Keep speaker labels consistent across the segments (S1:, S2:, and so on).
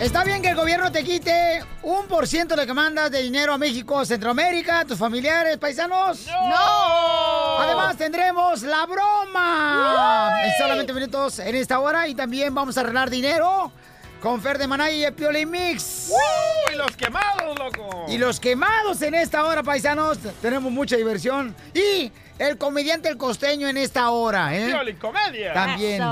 S1: Está bien que el gobierno te quite un por ciento de lo que mandas de dinero a México, Centroamérica, tus familiares, paisanos.
S2: ¡No!
S1: Además tendremos la broma
S2: ¡Uy!
S1: en solamente minutos en esta hora y también vamos a arreglar dinero con Fer de Maná y el Pioli Mix.
S3: ¡Y los quemados, loco!
S1: Y los quemados en esta hora, paisanos, tenemos mucha diversión. Y el comediante El Costeño en esta hora, ¿eh?
S3: Pioli Comedia.
S1: También.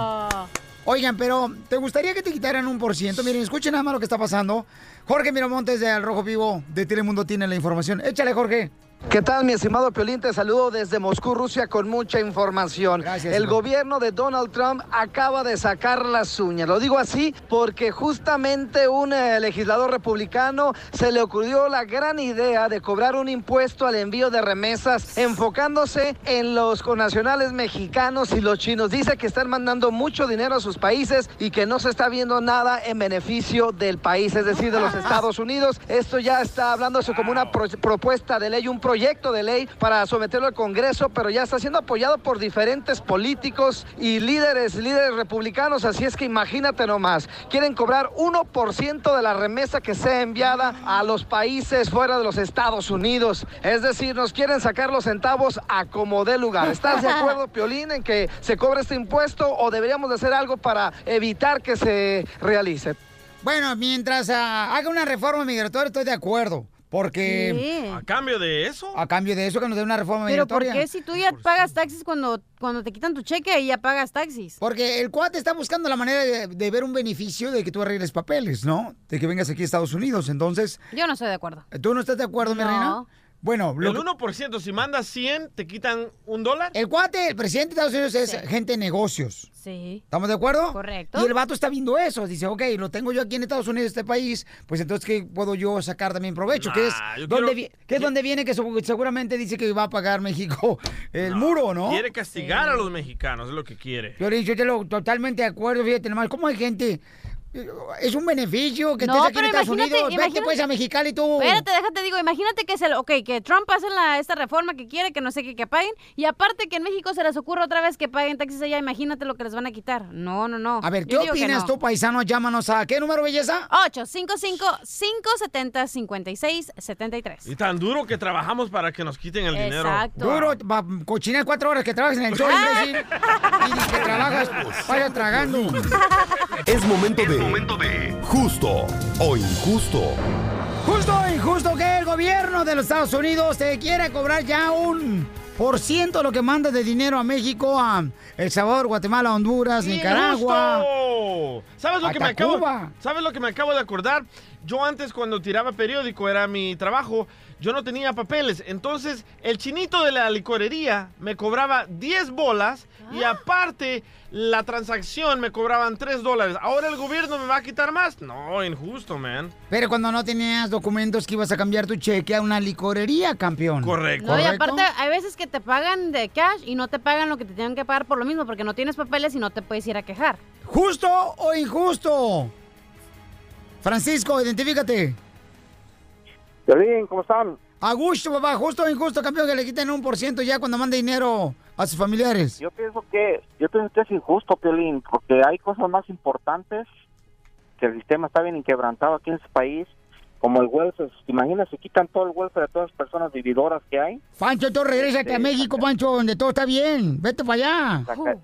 S1: Oigan, pero ¿te gustaría que te quitaran un por ciento? Miren, escuchen nada más lo que está pasando. Jorge Miramontes de Al Rojo Vivo de Telemundo tiene la información. Échale, Jorge.
S4: ¿Qué tal, mi estimado Piolín? Te saludo desde Moscú, Rusia, con mucha información. el
S1: hermano.
S4: gobierno de Donald Trump acaba de sacar las uñas. Lo digo así porque justamente un eh, legislador republicano se le ocurrió la gran idea de cobrar un impuesto al envío de remesas enfocándose en los connacionales mexicanos y los chinos. Dice que están mandando mucho dinero a sus países y que no se está viendo nada en beneficio del país, es decir, de los
S1: Ah.
S4: Estados Unidos. Esto ya está hablándose como una pro- propuesta de ley, un proyecto de ley para someterlo al Congreso, pero ya está siendo apoyado por diferentes políticos y líderes, líderes republicanos. Así es que imagínate nomás, quieren cobrar 1% de la remesa que sea enviada a los países fuera de los Estados Unidos. Es decir, nos quieren sacar los centavos a como dé lugar. ¿Estás de acuerdo, Piolín, en que se cobre este impuesto o deberíamos de hacer algo para evitar que se realice?
S1: Bueno, mientras ah, haga una reforma migratoria, estoy de acuerdo. Porque.
S3: ¿A cambio de eso?
S1: A cambio de eso, que nos dé una reforma
S5: Pero ¿por
S1: migratoria.
S5: qué si tú ya pagas taxis cuando, cuando te quitan tu cheque y ya pagas taxis?
S1: Porque el cuate está buscando la manera de, de ver un beneficio de que tú arregles papeles, ¿no? De que vengas aquí a Estados Unidos. Entonces,
S5: Yo no estoy de acuerdo.
S1: ¿tú no estás de acuerdo, mi
S5: No.
S1: reina? Bueno, lo
S3: El
S1: que-
S3: 1%, si mandas 100, te quitan un dólar.
S1: el cuate, el presidente de Estados Unidos es gente de negocios.
S5: Sí.
S1: ¿Estamos de acuerdo?
S5: Correcto.
S1: Y el vato está viendo eso. Dice, ok, lo tengo yo aquí en Estados Unidos, este país, pues entonces, ¿qué puedo yo sacar también provecho? ¿Qué es,
S3: Nah, Ah, yo
S1: dónde,
S3: quiero-
S1: vi- qué es donde viene que su- seguramente dice que va a pagar México el muro, no?
S3: Quiere castigar a los mexicanos, es lo que quiere.
S1: Yo le dije, yo te lo totalmente de acuerdo, fíjate nomás, ¿cómo hay gente? Es un beneficio que
S5: No,
S1: estés aquí en
S5: pero
S1: Estados
S5: imagínate-
S1: Unidos. Vete
S5: imagínate-
S1: pues a Mexicali tú.
S5: Oh. Espérate, déjate, digo, imagínate que es el, ok, que Trump hace la, esta reforma que quiere, que no sé qué, que paguen, y aparte que en México se les ocurra otra vez que paguen taxis allá, imagínate lo que les van a quitar. No, no, no.
S1: A ver, ¿qué opinas tú, paisano? Llámanos a qué número, belleza?
S5: 855-570-5673.
S3: Y tan duro que trabajamos para que nos quiten el dinero.
S5: Exacto.
S1: Duro, va, cochina cuatro horas que trabajas en el show,
S5: Ah.
S1: imbécil. Y ni que trabajas, vaya tragando.
S6: Es momento de. Justo o injusto.
S1: Justo e injusto que el gobierno de los Estados Unidos te quiera cobrar ya un por ciento de lo que mandas de dinero a México, a El Salvador, Guatemala, Honduras, Nicaragua.
S3: ¡Injusto! ¿Sabes lo que me
S1: Hasta
S3: acabo?
S1: Cuba.
S3: ¿Sabes lo que me acabo de acordar? Yo antes cuando tiraba periódico era mi trabajo, yo no tenía papeles, entonces el chinito de la licorería me cobraba 10 bolas y
S7: Ah.
S3: aparte la transacción me cobraban 3 dólares. Ahora el gobierno me va a quitar más? No, injusto, man.
S1: Pero cuando no tenías documentos que ibas a cambiar tu cheque a una licorería, campeón.
S3: Correcto.
S5: No, y
S1: ¿Correcto?
S5: aparte, hay veces que te pagan de cash y no te pagan lo que te tienen que pagar por lo mismo, porque no tienes papeles y no te puedes ir a quejar.
S1: ¿Justo o injusto? Francisco, identifícate.
S8: Violín, ¿cómo están?
S1: A gusto, papá, justo o injusto, campeón, que le quiten un por ciento ya cuando manda dinero a sus familiares.
S8: Yo pienso que yo pienso que es injusto, Piolín, porque hay cosas más importantes que el sistema está bien inquebrantado aquí en este país, como el welfare. Imagínate, si quitan todo el welfare de todas las personas vividoras que hay.
S1: Pancho, tú regresate a
S8: Sí,
S1: México, Pancho, donde todo está bien. Vete para allá.
S8: saca-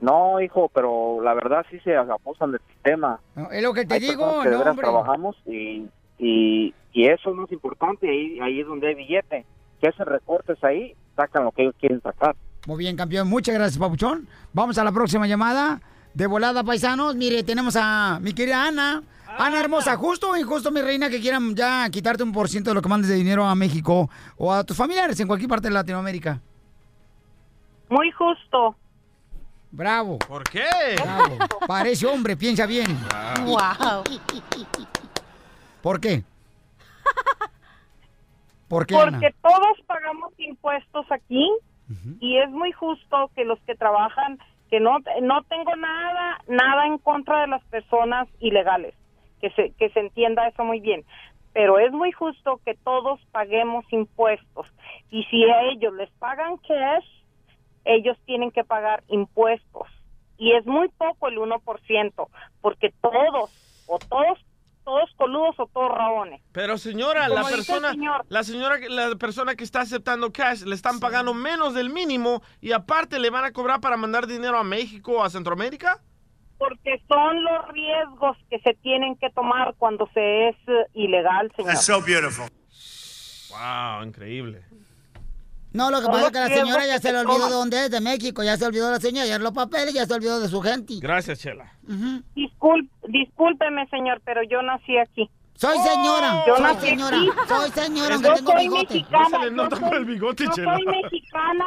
S8: No, hijo, pero la verdad sí se abusan del sistema.
S1: No, es lo que te
S8: Hay personas
S1: digo,
S8: que de
S1: no,
S8: veras
S1: hombre.
S8: trabajamos y, y, y eso es más importante. Ahí, ahí es donde hay billete. Si hacen recortes ahí, sacan lo que ellos quieren sacar.
S1: Muy bien, campeón. Muchas gracias, Papuchón. Vamos a la próxima llamada. De volada, paisanos. Mire, tenemos a mi querida Ana. Ana hermosa, justo o injusto, mi reina, que quieran ya quitarte un por ciento de lo que mandes de dinero a México o a tus familiares en cualquier parte de Latinoamérica.
S7: Muy justo.
S1: Bravo,
S3: ¿Por qué?
S1: bravo. Parece hombre, piensa bien.
S5: ¡Wow!
S1: ¿Por qué? ¿Por qué, Ana?
S7: Porque todos pagamos impuestos aquí y es muy justo que los que trabajan, que no, no tengo nada, nada en contra de las personas ilegales, que se, que se entienda eso muy bien, pero es muy justo que todos paguemos impuestos y si a ellos les pagan cash, ellos tienen que pagar impuestos y es muy poco el 1%, porque todos, o todos, todos coludos o todos rabones.
S3: Pero señora, la
S7: Como dice el
S3: persona,
S7: señor.
S3: la señora, que- la persona que está aceptando cash le están pagando menos del mínimo y aparte le van a cobrar para mandar dinero a México o a Centroamérica.
S7: Porque son los riesgos que se tienen que tomar cuando se es eh, ilegal, señor.
S3: beautiful. Wow, increíble.
S1: No, lo que pasa es que la
S7: Todos
S1: señora ya
S7: tiempos
S1: se
S7: que
S1: le
S7: se
S1: olvidó
S7: toma.
S1: de dónde es, de México, ya se olvidó la señora, ya los papeles, ya se olvidó de su gente.
S3: Gracias, Chela.
S7: Discul- discúlpeme, señor, pero yo nací aquí.
S1: Soy señora,
S7: Yo
S1: soy
S7: nací
S1: señora,
S7: aquí.
S1: soy señora, aunque
S7: Yo
S1: tengo
S7: soy
S1: bigote.
S7: mexicana,
S3: No se le nota
S7: yo
S3: por
S7: soy-
S3: el bigote,
S7: yo
S3: Chela.
S7: soy mexicana.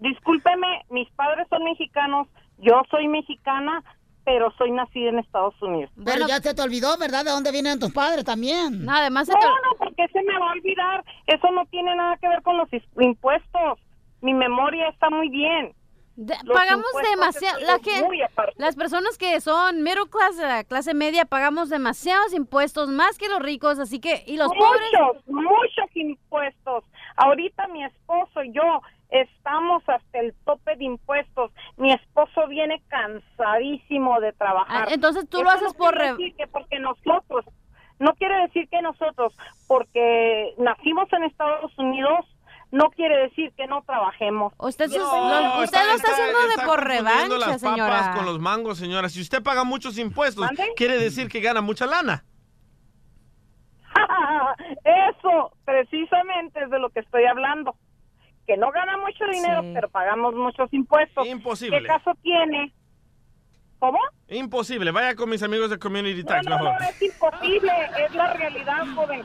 S7: Discúlpeme, mis padres son mexicanos, yo soy mexicana, pero soy nacida en Estados Unidos.
S1: Pero ya se te olvidó, ¿verdad? ¿De dónde vienen tus padres también?
S5: No, además se
S7: No,
S5: te-
S7: no, porque se me va a olvidar. Eso no tiene nada que ver con los is- impuestos. Mi memoria está muy bien.
S5: de-
S7: Los
S5: pagamos
S7: impuestos
S5: demasiado.
S7: están
S5: La que-
S7: muy aparte.
S5: las personas que son middle class, de la clase media, pagamos demasiados impuestos, más que los ricos, así que, y los pobres.
S7: Muchos, muchos impuestos. Ahorita mi esposo y yo estamos hasta el tope de impuestos. Mi esposo viene cansadísimo de trabajar.
S5: Ah, entonces tú
S7: Eso
S5: lo haces
S7: no
S5: por
S7: quiere
S5: re-
S7: decir que porque nosotros, no quiere decir que nosotros, porque nacimos en Estados Unidos, no quiere decir que no trabajemos.
S5: Usted, sus-
S3: No,
S5: lo, usted lo está haciendo de
S3: está
S5: por
S3: confundiendo
S5: revancha,
S3: las papas
S5: señora.
S3: con los mangos, señora. Si usted paga muchos impuestos,
S7: ¿Mande?
S3: quiere decir que gana mucha lana.
S7: Eso, precisamente es de lo que estoy hablando. Que no gana mucho dinero,
S5: Sí.
S7: pero pagamos muchos impuestos.
S3: Imposible.
S7: ¿Qué caso tiene? ¿Cómo?
S3: Imposible. Vaya con mis amigos de Community
S7: No,
S3: Tax
S7: no,
S3: mejor.
S7: no, es imposible. Es la realidad, joven.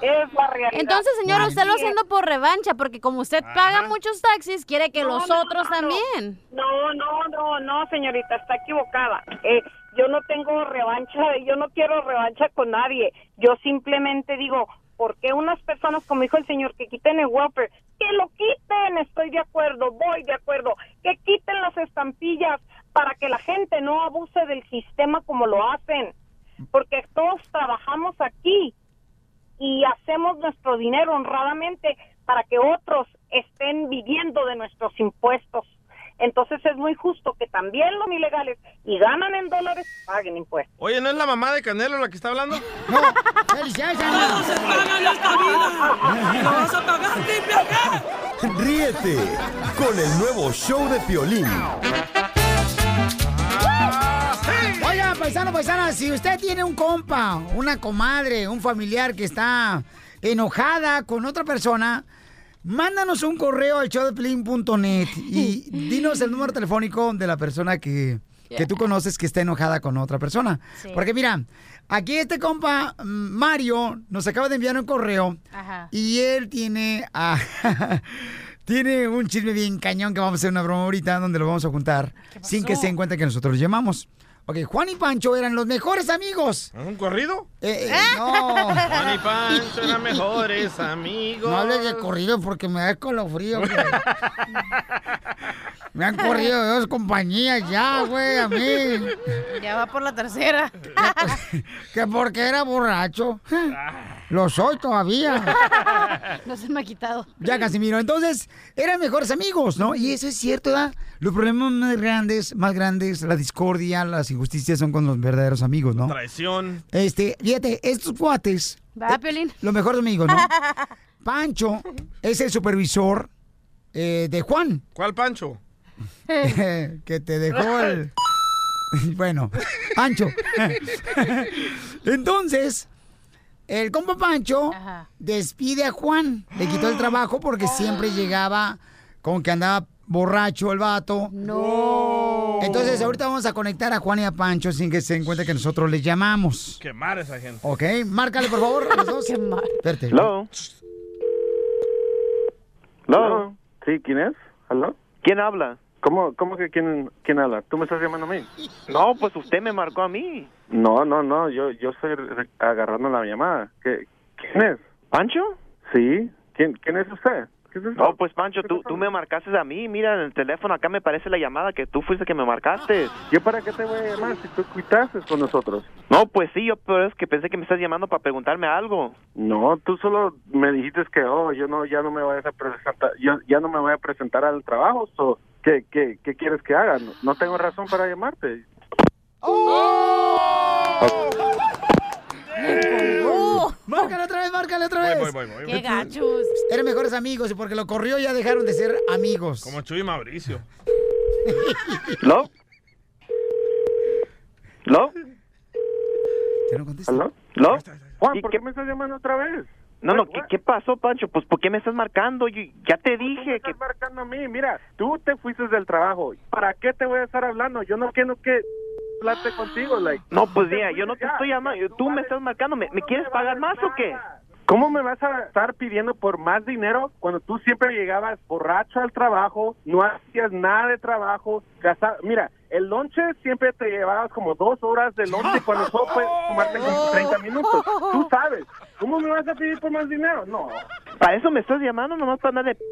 S7: Es la realidad.
S5: Entonces, señora, usted lo
S7: Así es.
S5: haciendo por revancha, porque como usted paga
S3: Ajá.
S5: muchos taxis, quiere que
S7: No,
S5: los
S7: no, no,
S5: otros
S7: no.
S5: también.
S7: No, no, no, no, señorita, está equivocada. Eh, yo no tengo revancha, yo no quiero revancha con nadie. Yo simplemente digo, ¿por qué unas personas, como dijo el señor, que quiten el welfare? Que lo quiten, estoy de acuerdo, voy de acuerdo. Que quiten las estampillas para que la gente no abuse del sistema como lo hacen. Porque todos trabajamos aquí y hacemos nuestro dinero honradamente para que otros estén viviendo de nuestros impuestos. Entonces es muy justo que también los ilegales y ganan en dólares paguen impuestos.
S3: Oye, ¿no es la mamá de Canelo la que está hablando?
S1: No, felicidades, Ana.
S6: Ríete con el nuevo show de Piolín.
S1: Oiga, paisano, paisana, si usted tiene un compa, una comadre, un familiar que está enojada con otra persona, mándanos un correo al showdeplin.net y dinos el número telefónico de la persona que, que tú conoces que está enojada con otra persona.
S5: Sí.
S1: Porque mira, aquí este compa mm, Mario nos acaba de enviar un correo
S5: Ajá.
S1: y él tiene a- tiene un chisme bien cañón que vamos a hacer una broma ahorita donde lo vamos a juntar sin que se den cuenta que nosotros lo llamamos. Ok, Juan y Pancho eran los mejores amigos.
S3: ¿Un corrido?
S1: Eh, eh, no,
S3: Juan y Pancho eran mejores amigos.
S1: no hables de corrido porque me da escalofrío. güey. Me han corrido de dos compañías ya, güey, a mí. pues,
S5: Ya va por la tercera.
S1: Que porque era borracho.
S5: Ah.
S1: Lo soy todavía.
S5: No se me ha quitado.
S1: Ya, Casimiro. Entonces, eran mejores amigos, ¿no? Y eso es cierto, ¿verdad? Los problemas más grandes, más grandes, la discordia, las injusticias son con los verdaderos amigos, ¿no?
S3: Traición.
S1: Este, fíjate, estos cuates, eh,
S5: Va, Piolín.
S1: los mejores amigos, ¿no? Pancho es el supervisor eh, de Juan,
S3: ¿Cuál Pancho?
S1: que te dejó el... Bueno, Pancho. Entonces, el compa Pancho
S5: Ajá.
S1: despide a Juan. Le quitó el trabajo porque siempre llegaba con que andaba borracho el vato.
S5: No.
S1: Entonces ahorita vamos a conectar a Juan y a Pancho sin que se den cuenta que nosotros les llamamos.
S3: Quemar a esa gente.
S1: ¿Ok? Márcale, por favor, a los dos. Espérate.
S2: Hello.
S9: Hello.
S2: Sí, ¿quién es?
S9: ¿Aló?
S2: ¿Quién habla?
S9: ¿Cómo, cómo que quién, quién habla? ¿Tú me estás llamando a mí?
S2: No, pues usted me marcó a mí.
S9: No, no, no, yo, yo estoy re- agarrando la llamada. ¿Qué, ¿Quién es?
S2: ¿Pancho?
S9: Sí, ¿quién, quién es usted?
S2: No, pues Pancho, tú, tú me marcaste a mí. Mira, en el teléfono acá me parece la llamada que tú fuiste que me marcaste.
S9: ¿Yo para qué te voy a llamar si tú quitaste con nosotros?
S2: No, pues sí, yo pero es que pensé que me estás llamando para preguntarme algo.
S9: No, tú solo me dijiste que, oh, yo no, ya no me voy a presentar, yo ya no me voy a presentar al trabajo, so, ¿qué, qué, qué quieres que haga? No, no tengo razón para llamarte.
S1: Oh. Márcale otra vez, márcale otra vez.
S3: Voy, voy, voy, voy. Qué
S5: Oh. gachos.
S1: Eran mejores amigos y porque lo corrió ya dejaron de ser amigos.
S3: Como Chuy y Mauricio.
S9: ¿Lo?
S2: ¿Lo?
S9: ¿Aló?
S2: ¿Lo?
S9: Juan, ¿por qué me estás llamando otra vez?
S2: No, no, ¿qué, qué pasó, Pancho? Pues, ¿por qué me estás marcando? Yo ya te
S9: Tú me
S2: dije que...
S9: estás marcando a mí, mira, tú te fuiste del trabajo. ¿Para qué te voy a estar hablando? Yo no quiero que plate contigo, like.
S2: No, pues mira, yo no te estoy llamando. Tú me estás marcando. ¿Me, me quieres pagar más o qué?
S9: ¿Cómo me vas a estar pidiendo por más dinero cuando tú siempre llegabas borracho al trabajo, no hacías nada de trabajo, gasta- Mira, el lonche siempre te llevabas como dos horas de lonche cuando solo puedes tomarte como 30 minutos. Tú sabes. ¿Cómo me vas a pedir por más dinero? No.
S2: ¿Para eso me estás llamando? Nomás para andar de...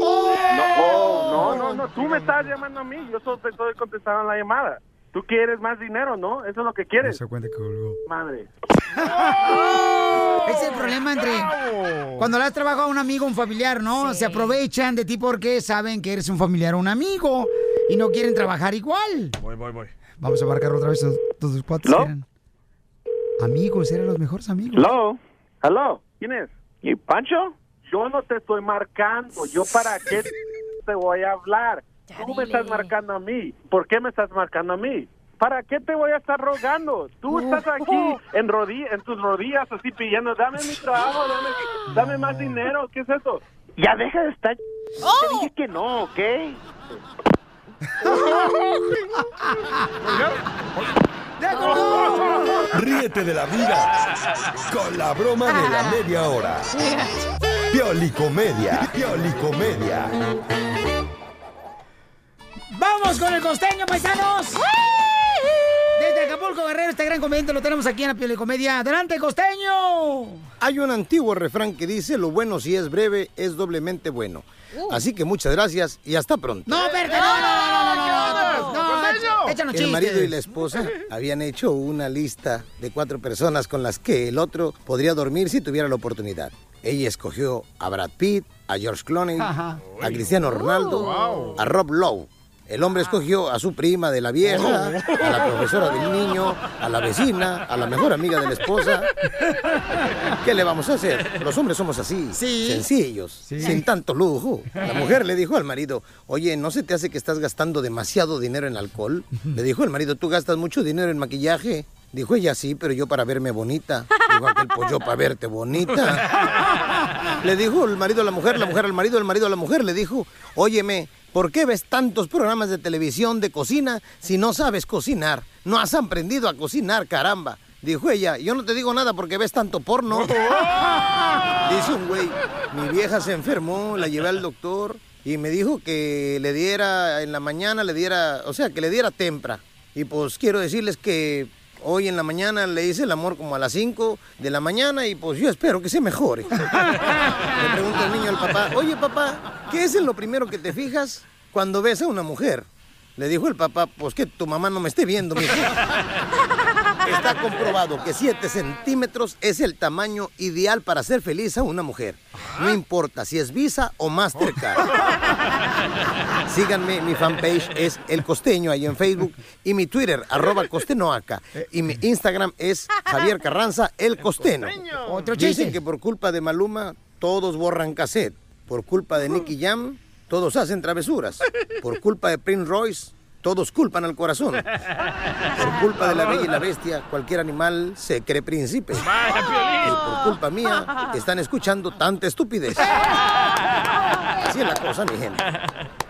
S9: No, no, no. Tú me estás llamando a mí. Yo solo te estoy contestando la llamada. Tú quieres más dinero, ¿no? Eso es lo que quieres.
S1: cuenta que colgó.
S9: Madre.
S1: Es el problema entre cuando le has trabajado a un amigo o un familiar, ¿no? Se aprovechan de ti porque saben que eres un familiar o un amigo y no quieren trabajar igual.
S3: Voy, voy, voy.
S1: Vamos a marcar otra vez a todos los cuates.
S3: ¿Lo?
S1: Eran amigos, eran los mejores amigos.
S9: Hello. Hello. ¿Quién es?
S2: ¿Y Pancho?
S9: Yo no te estoy marcando. ¿Yo para qué te voy a hablar? Tú me estás marcando a mí. ¿Por qué me estás marcando a mí? ¿Para qué te voy a estar rogando? Tú estás aquí en rodilla, en tus rodillas así pidiendo, dame mi trabajo, dame, dame más dinero. ¿Qué es eso?
S2: Ya deja de estar... Te dije que no, ¿ok?
S6: Ríete de la vida con la broma de la media hora. Piolicomedia. Piolicomedia.
S1: ¡Vamos con el costeño, paisanos! Desde Acapulco, Guerrero, este gran comediante lo tenemos aquí en la Piel Comedia. ¡Adelante, costeño!
S10: Hay un antiguo refrán que dice, lo bueno si es breve es doblemente bueno.
S1: Uh.
S10: Así que muchas gracias y hasta pronto.
S1: No, espérate, no, no, no, no, no, no, no, échanos
S10: El marido y la
S1: chistes.
S10: esposa habían hecho una lista de cuatro personas con las que el otro podría dormir si tuviera la oportunidad. Ella escogió a Brad Pitt, a George Clooney,
S1: Ajá.
S10: a Cristiano Ronaldo, a Rob Lowe. El hombre
S1: Ah.
S10: escogió a su prima de la vieja,
S1: Oh.
S10: a la profesora del niño, a la vecina, a la mejor amiga de la esposa. ¿Qué le vamos a hacer? Los hombres somos así, sencillos, sin tanto lujo. La mujer le dijo al marido, oye, ¿no se te hace que estás gastando demasiado dinero en alcohol? Le dijo el marido, tú gastas mucho dinero en maquillaje. Dijo ella, sí, pero yo para verme bonita. Dijo aquel, pues yo para verte bonita. Le dijo el marido a la mujer, la mujer al marido, el marido a la mujer. Le dijo, óyeme, ¿por qué ves tantos programas de televisión de cocina si no sabes cocinar? No has aprendido a cocinar, caramba. Dijo ella, yo no te digo nada porque ves tanto porno. Dice un güey, mi vieja se enfermó, la llevé al doctor y me dijo que le diera en la mañana, le diera, o sea, que le diera tempra. Y pues quiero decirles que hoy en la mañana le hice el amor como a las 5 de la mañana y pues yo espero que se mejore. Le pregunta el niño al papá, oye papá, ¿qué es en lo primero que te fijas cuando ves a una mujer? Le dijo el papá, pues que tu mamá no me esté viendo, mijo. Está comprobado que 7 centímetros es el tamaño ideal para hacer feliz a una mujer. No importa si es Visa o Mastercard. Síganme, mi fanpage es El Costeño ahí en Facebook y mi Twitter, arroba Costenoaca. Y mi Instagram es Javier Carranza, El Costeno.
S1: Otro
S10: Dicen
S1: chiste.
S10: que por culpa de Maluma todos borran cassette. Por culpa de Nicky Jam todos hacen travesuras. Por culpa de Prince Royce todos culpan al corazón. Por culpa de la bella y la bestia cualquier animal se cree príncipe. Y por culpa mía están escuchando tanta estupidez. Así es la cosa, mi gente.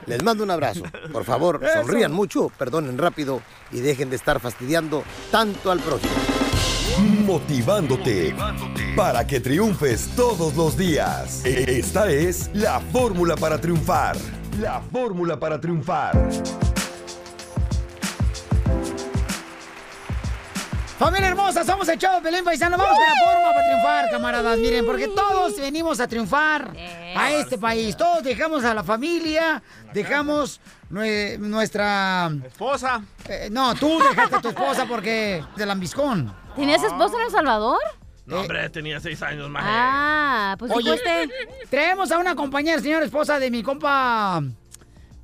S10: Les mando un abrazo. Por favor, sonrían mucho, perdonen rápido y dejen de estar fastidiando tanto al prójimo.
S6: Motivándote para que triunfes todos los días. E- Esta es la fórmula para triunfar. La fórmula para triunfar.
S1: Familia hermosa, somos el show de Pelín Paisano. Vamos con la forma para triunfar, camaradas. Miren, porque todos venimos a triunfar. a este país. Todos dejamos a la familia, dejamos nue- nuestra... Eh,
S3: Esposa.
S1: no, tú dejaste a tu esposa porque del ambiscón.
S5: ¿Tenías esposa en El Salvador?
S3: No, hombre, tenía seis años más.
S5: Ah, pues
S1: Oye,
S5: sí cueste.
S1: traemos a una compañera, señora esposa de mi compa...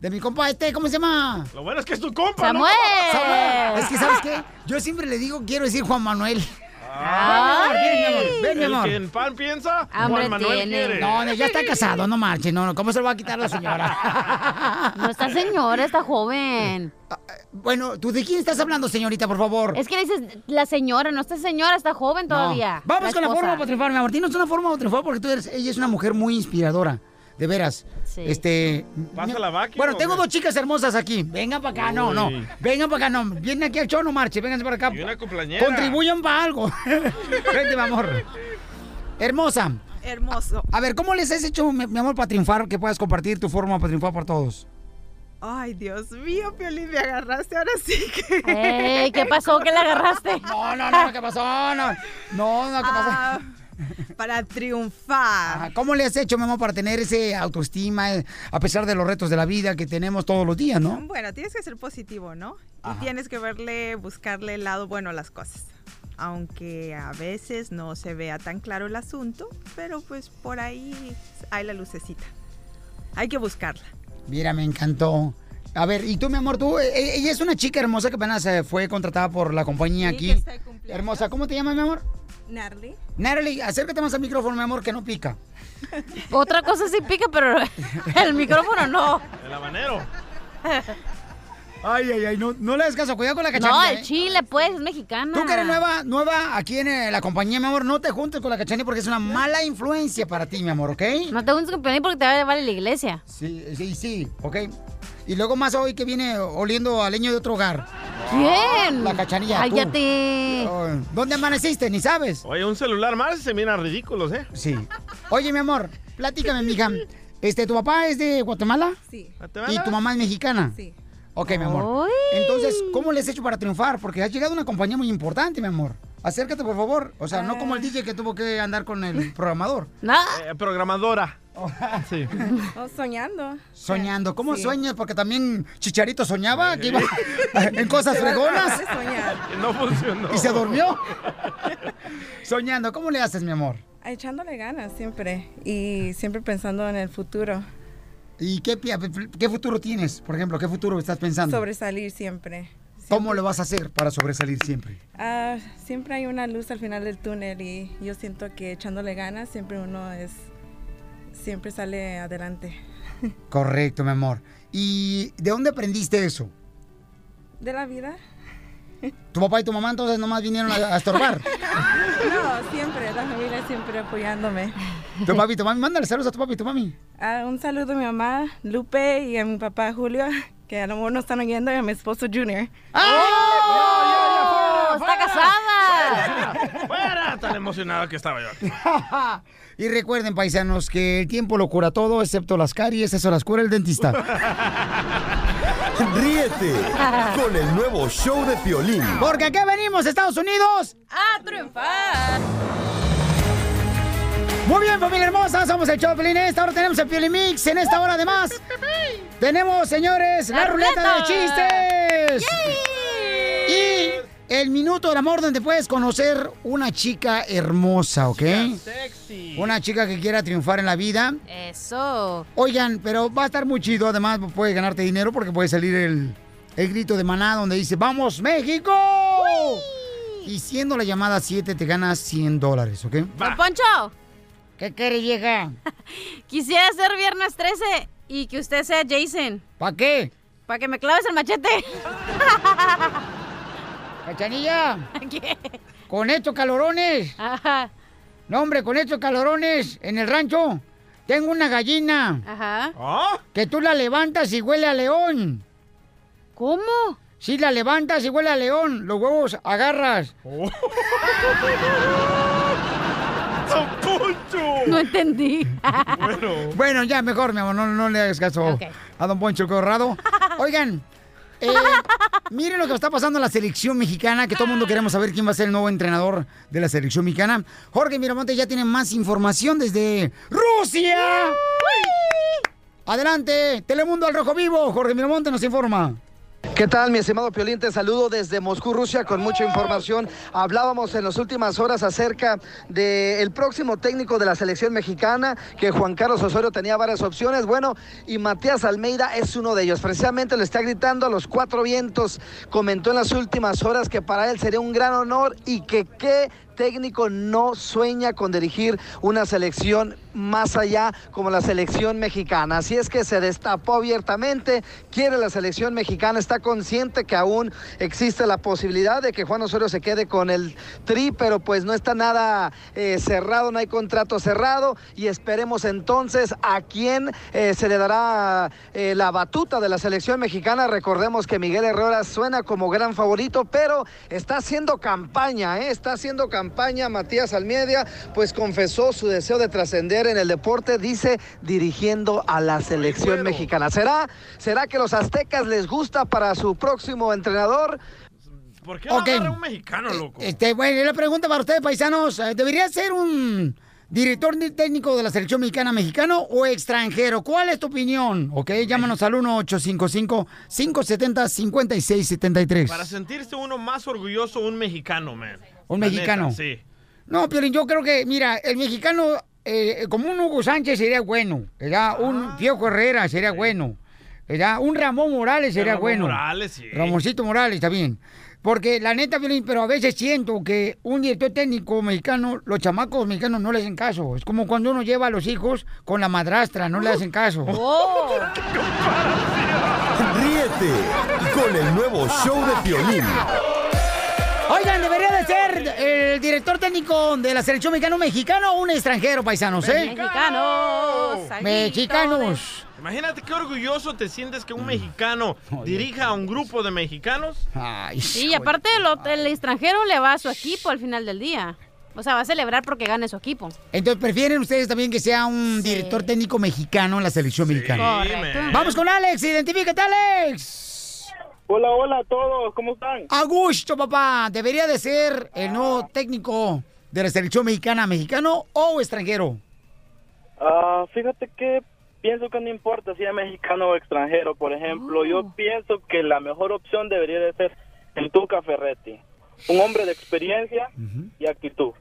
S1: De mi compa este, ¿cómo se llama?
S3: Lo bueno es que es tu compa, ¿no?
S1: ¡Samuel! Es que, ¿sabes qué? Yo siempre le digo, quiero decir Juan Manuel. Ven, mi amor, ven, mi
S3: El
S1: amor.
S3: que en pan piensa,
S1: Hambre
S3: Juan Manuel
S1: tiene.
S3: quiere.
S1: No, no, ya está casado, no marche, no, no, ¿cómo se lo va a quitar la señora? Ah, eh,
S5: No está señora, está joven.
S1: Bueno, ¿tú de quién estás hablando, señorita, por favor?
S5: Es que le dices, la señora, no está señora, está joven
S1: No.
S5: todavía.
S1: Vamos con la
S5: esposa.
S1: forma para triunfar, mi amor. Tienes una forma para triunfar porque tú eres, ella es una mujer muy inspiradora. De veras.
S5: Sí.
S1: Este.
S3: ¿Pasa la vaca
S1: Bueno,
S3: o
S1: tengo
S3: qué?
S1: dos chicas hermosas aquí. Vengan para acá, no, no.
S3: Uy.
S1: Vengan para acá, no. Vienen aquí al show, no marche. Vénganse para acá.
S3: Y una cumpleañera.
S1: Contribuyan para algo. Vente, mi amor. Hermosa.
S11: Hermoso.
S1: A ver, ¿cómo les has hecho, mi mi amor, para triunfar? Que puedas compartir tu forma para triunfar para todos.
S11: Ay, Dios mío, Piolín, me agarraste ahora sí que...
S5: Ey, ¿qué pasó? ¿Qué le agarraste?
S1: No, no, no, ¿qué pasó? No, no, no, ¿qué pasó?
S11: Ah, para triunfar.
S1: Ajá, ¿Cómo le has hecho, mi amor, para tener ese autoestima eh, a pesar de los retos de la vida que tenemos todos los días, no?
S11: Bueno, tienes que ser positivo, ¿no?
S1: Ajá.
S11: Y tienes que verle, buscarle el lado bueno a las cosas. Aunque a veces no se vea tan claro el asunto, pero pues por ahí hay la lucecita. Hay que buscarla.
S1: Mira, me encantó. A ver, y tú, mi amor, tú, eh, eh, ella es una chica hermosa que apenas eh, fue contratada por la compañía
S11: Sí,
S1: aquí.
S11: que está de cumpleaños.
S1: hermosa, ¿cómo te llamas, mi amor?
S11: Narly.
S1: Natalie, acércate más al micrófono, mi amor, que no pica.
S5: Otra cosa sí pica, pero el micrófono no.
S3: El habanero.
S1: Ay, ay, ay, no, no le hagas caso, cuidado con la
S5: No,
S1: cachanilla.
S5: el
S1: ¿eh?
S5: chile, pues, es mexicana.
S1: Tú que eres nueva, nueva aquí en eh, la compañía, mi amor, no te juntes con la cachanilla porque es una mala influencia para ti, mi amor, ¿ok?
S5: No te juntes con Piolín porque te va a llevar a la iglesia.
S1: Sí, sí, sí, ok. Y luego más hoy que viene oliendo a leño de otro hogar.
S5: ¿Quién?
S1: La cachanilla. tú.
S5: Cállate.
S1: Ay, ¿Dónde amaneciste? Ni sabes.
S3: Oye, un celular más se miran ridículos, ¿eh?
S1: Sí. Oye, mi amor, platícame, mija. Este, ¿tu papá es de Guatemala?
S11: Sí.
S1: ¿Y tu mamá es mexicana?
S11: Sí.
S1: Ok, mi amor. Entonces, ¿cómo les has hecho para triunfar? Porque has llegado a una compañía muy importante, mi amor. Acércate, por favor. O sea, no como
S11: Ah.
S1: el DJ que tuvo que andar con el programador. Oh.
S3: Eh, programadora. Sí.
S11: O Oh, soñando.
S1: Soñando. ¿Cómo
S11: Sí.
S1: sueñas? Porque también Chicharito soñaba que iba en cosas
S11: Te vas a
S1: fregonas.
S11: dejar de soñar.
S3: No funcionó.
S1: ¿Y se durmió? Soñando, ¿cómo le haces, mi amor?
S11: Echándole ganas siempre y siempre pensando en el futuro.
S1: ¿Y qué, pi- qué futuro tienes? Por ejemplo, ¿qué futuro estás pensando?
S11: Sobresalir siempre.
S1: ¿Cómo lo vas a hacer para sobresalir siempre?
S11: Ah, siempre hay una luz al final del túnel y yo siento que echándole ganas siempre uno es siempre sale adelante.
S1: Correcto, mi amor. ¿Y de dónde aprendiste eso?
S11: ¿De la vida?
S1: ¿Tu papá y tu mamá entonces nomás vinieron a, a estorbar?
S11: No, siempre, la familia siempre apoyándome.
S1: ¿Tu papi y tu mami? Mándale saludos a tu papi y tu mami.
S11: Ah, un saludo a mi mamá Lupe y a mi papá Julio, que a lo mejor no están oyendo, y a mi esposo Junior.
S1: ¡Ah!
S5: ¡Oh! ¡Está casada!
S3: Fuera, tan emocionado que estaba yo.
S1: y recuerden, paisanos, que el tiempo lo cura todo, excepto las caries, eso las cura el dentista.
S6: Ríete con el nuevo show de Piolín.
S1: Porque acá venimos, Estados Unidos.
S5: ¡A triunfar!
S1: Muy bien, familia hermosa, somos el Choplin. Esta hora tenemos el Piolín Mix. En esta hora, además, tenemos, señores, la,
S12: La
S1: ruleta de
S12: ruleta.
S1: chistes. Y el minuto del amor, donde puedes conocer una chica hermosa, ¿ok? Una chica que quiera triunfar en la vida.
S5: Eso.
S1: Oigan, pero va a estar muy chido. Además, puede ganarte dinero porque puede salir el, el grito de maná donde dice: ¡Vamos, México! Y siendo la llamada 7, te ganas 100 dólares, ¿ok?
S5: Don Poncho.
S1: ¿Qué quiere, vieja?
S5: Quisiera ser viernes 13 y que usted sea Jason.
S1: ¿Para qué?
S5: Para que me claves el machete.
S1: ¡Cachanilla!
S5: ¿Qué?
S1: Con estos calorones.
S5: Ajá.
S1: No, hombre, con estos calorones en el rancho. Tengo una gallina.
S5: Ajá.
S1: Que tú la levantas y huele a león.
S5: ¿Cómo?
S1: Si la levantas y huele a león, los huevos agarras.
S12: No
S5: entendí.
S1: Bueno. ya, mejor, mi amor, no, no le hagas caso a don Poncho Corrado. Oigan, eh, Miren lo que está pasando en la selección mexicana, que todo el mundo queremos saber quién va a ser el nuevo entrenador de la selección mexicana. Jorge Miramonte ya tiene más información desde Rusia. Adelante, Telemundo al Rojo Vivo. Jorge Miramonte nos informa.
S4: ¿Qué tal, mi estimado Piolín? Te saludo desde Moscú, Rusia, con mucha información. Hablábamos en las últimas horas acerca del próximo técnico de la selección mexicana, que Juan Carlos Osorio tenía varias opciones. Bueno, y Matías Almeida es uno de ellos. Precisamente lo está gritando a los cuatro vientos. Comentó en las últimas horas que para él sería un gran honor y que qué técnico no sueña con dirigir una selección más allá como la selección mexicana. Así es que se destapó abiertamente, quiere la selección mexicana, está consciente que aún existe la posibilidad de que Juan Osorio se quede con el tri, pero pues no está nada eh, cerrado, no hay contrato cerrado y esperemos entonces a quién eh, se le dará eh, la batuta de la selección mexicana. Recordemos que Miguel Herrera suena como gran favorito, pero está haciendo campaña, ¿eh? está haciendo campaña. Matías Almedia pues confesó su deseo de trascender en el deporte, dice dirigiendo a la selección mexicana. ¿Será, ¿Será que los aztecas les gusta para su próximo entrenador?
S3: ¿Por qué no
S1: Ok.
S3: agarra un mexicano, loco?
S1: Este, bueno, y la pregunta para ustedes, paisanos. eh, ¿Debería ser un director ni- técnico de la selección mexicana mexicano o extranjero? ¿Cuál es tu opinión? Ok, llámanos al 1-855-570-5673.
S3: Para sentirse uno más orgulloso, un mexicano, man.
S1: Un
S3: La
S1: mexicano.
S3: neta, sí.
S1: No, pero yo creo que, mira, el mexicano, eh, como un Hugo Sánchez sería bueno, ¿verdad?
S3: Ah.
S1: Un Diego Herrera sería bueno, ¿verdad? Un Ramón Morales sería
S3: Ramón
S1: bueno.
S3: Morales, sí.
S1: Ramoncito Morales también. Porque la neta, Piolín, pero a veces siento que un director técnico mexicano, los chamacos mexicanos no le hacen caso. Es como cuando uno lleva a los hijos con la madrastra, no le hacen caso.
S5: Oh.
S6: Ríete con el nuevo show de Piolín.
S1: Oigan, debería de ser el director técnico de la selección mexicana, un mexicano o un extranjero, paisanos, ¿eh?
S5: Oh,
S3: Mexicanos, amiguitos.
S1: Oh. Mexicanos. Mm.
S3: Imagínate qué orgulloso te sientes que un mexicano dirija a un grupo de mexicanos.
S5: Sí, y aparte lo- el extranjero le va a su equipo al final del día. O sea, va a celebrar porque gane su equipo.
S1: Entonces, ¿prefieren ustedes también que sea un director técnico mexicano en la selección mexicana?
S5: Correcto. man.
S1: Vamos con Alex, identifícate, Alex.
S12: Hola, hola a todos, ¿cómo están?
S1: A gusto, papá. ¿Debería de ser el nuevo técnico de la selección mexicana, mexicano o extranjero?
S12: Ah, fíjate que pienso que no importa si es mexicano o extranjero, por ejemplo, yo pienso que la mejor opción debería de ser el Tuca Ferretti, un hombre de experiencia y actitud.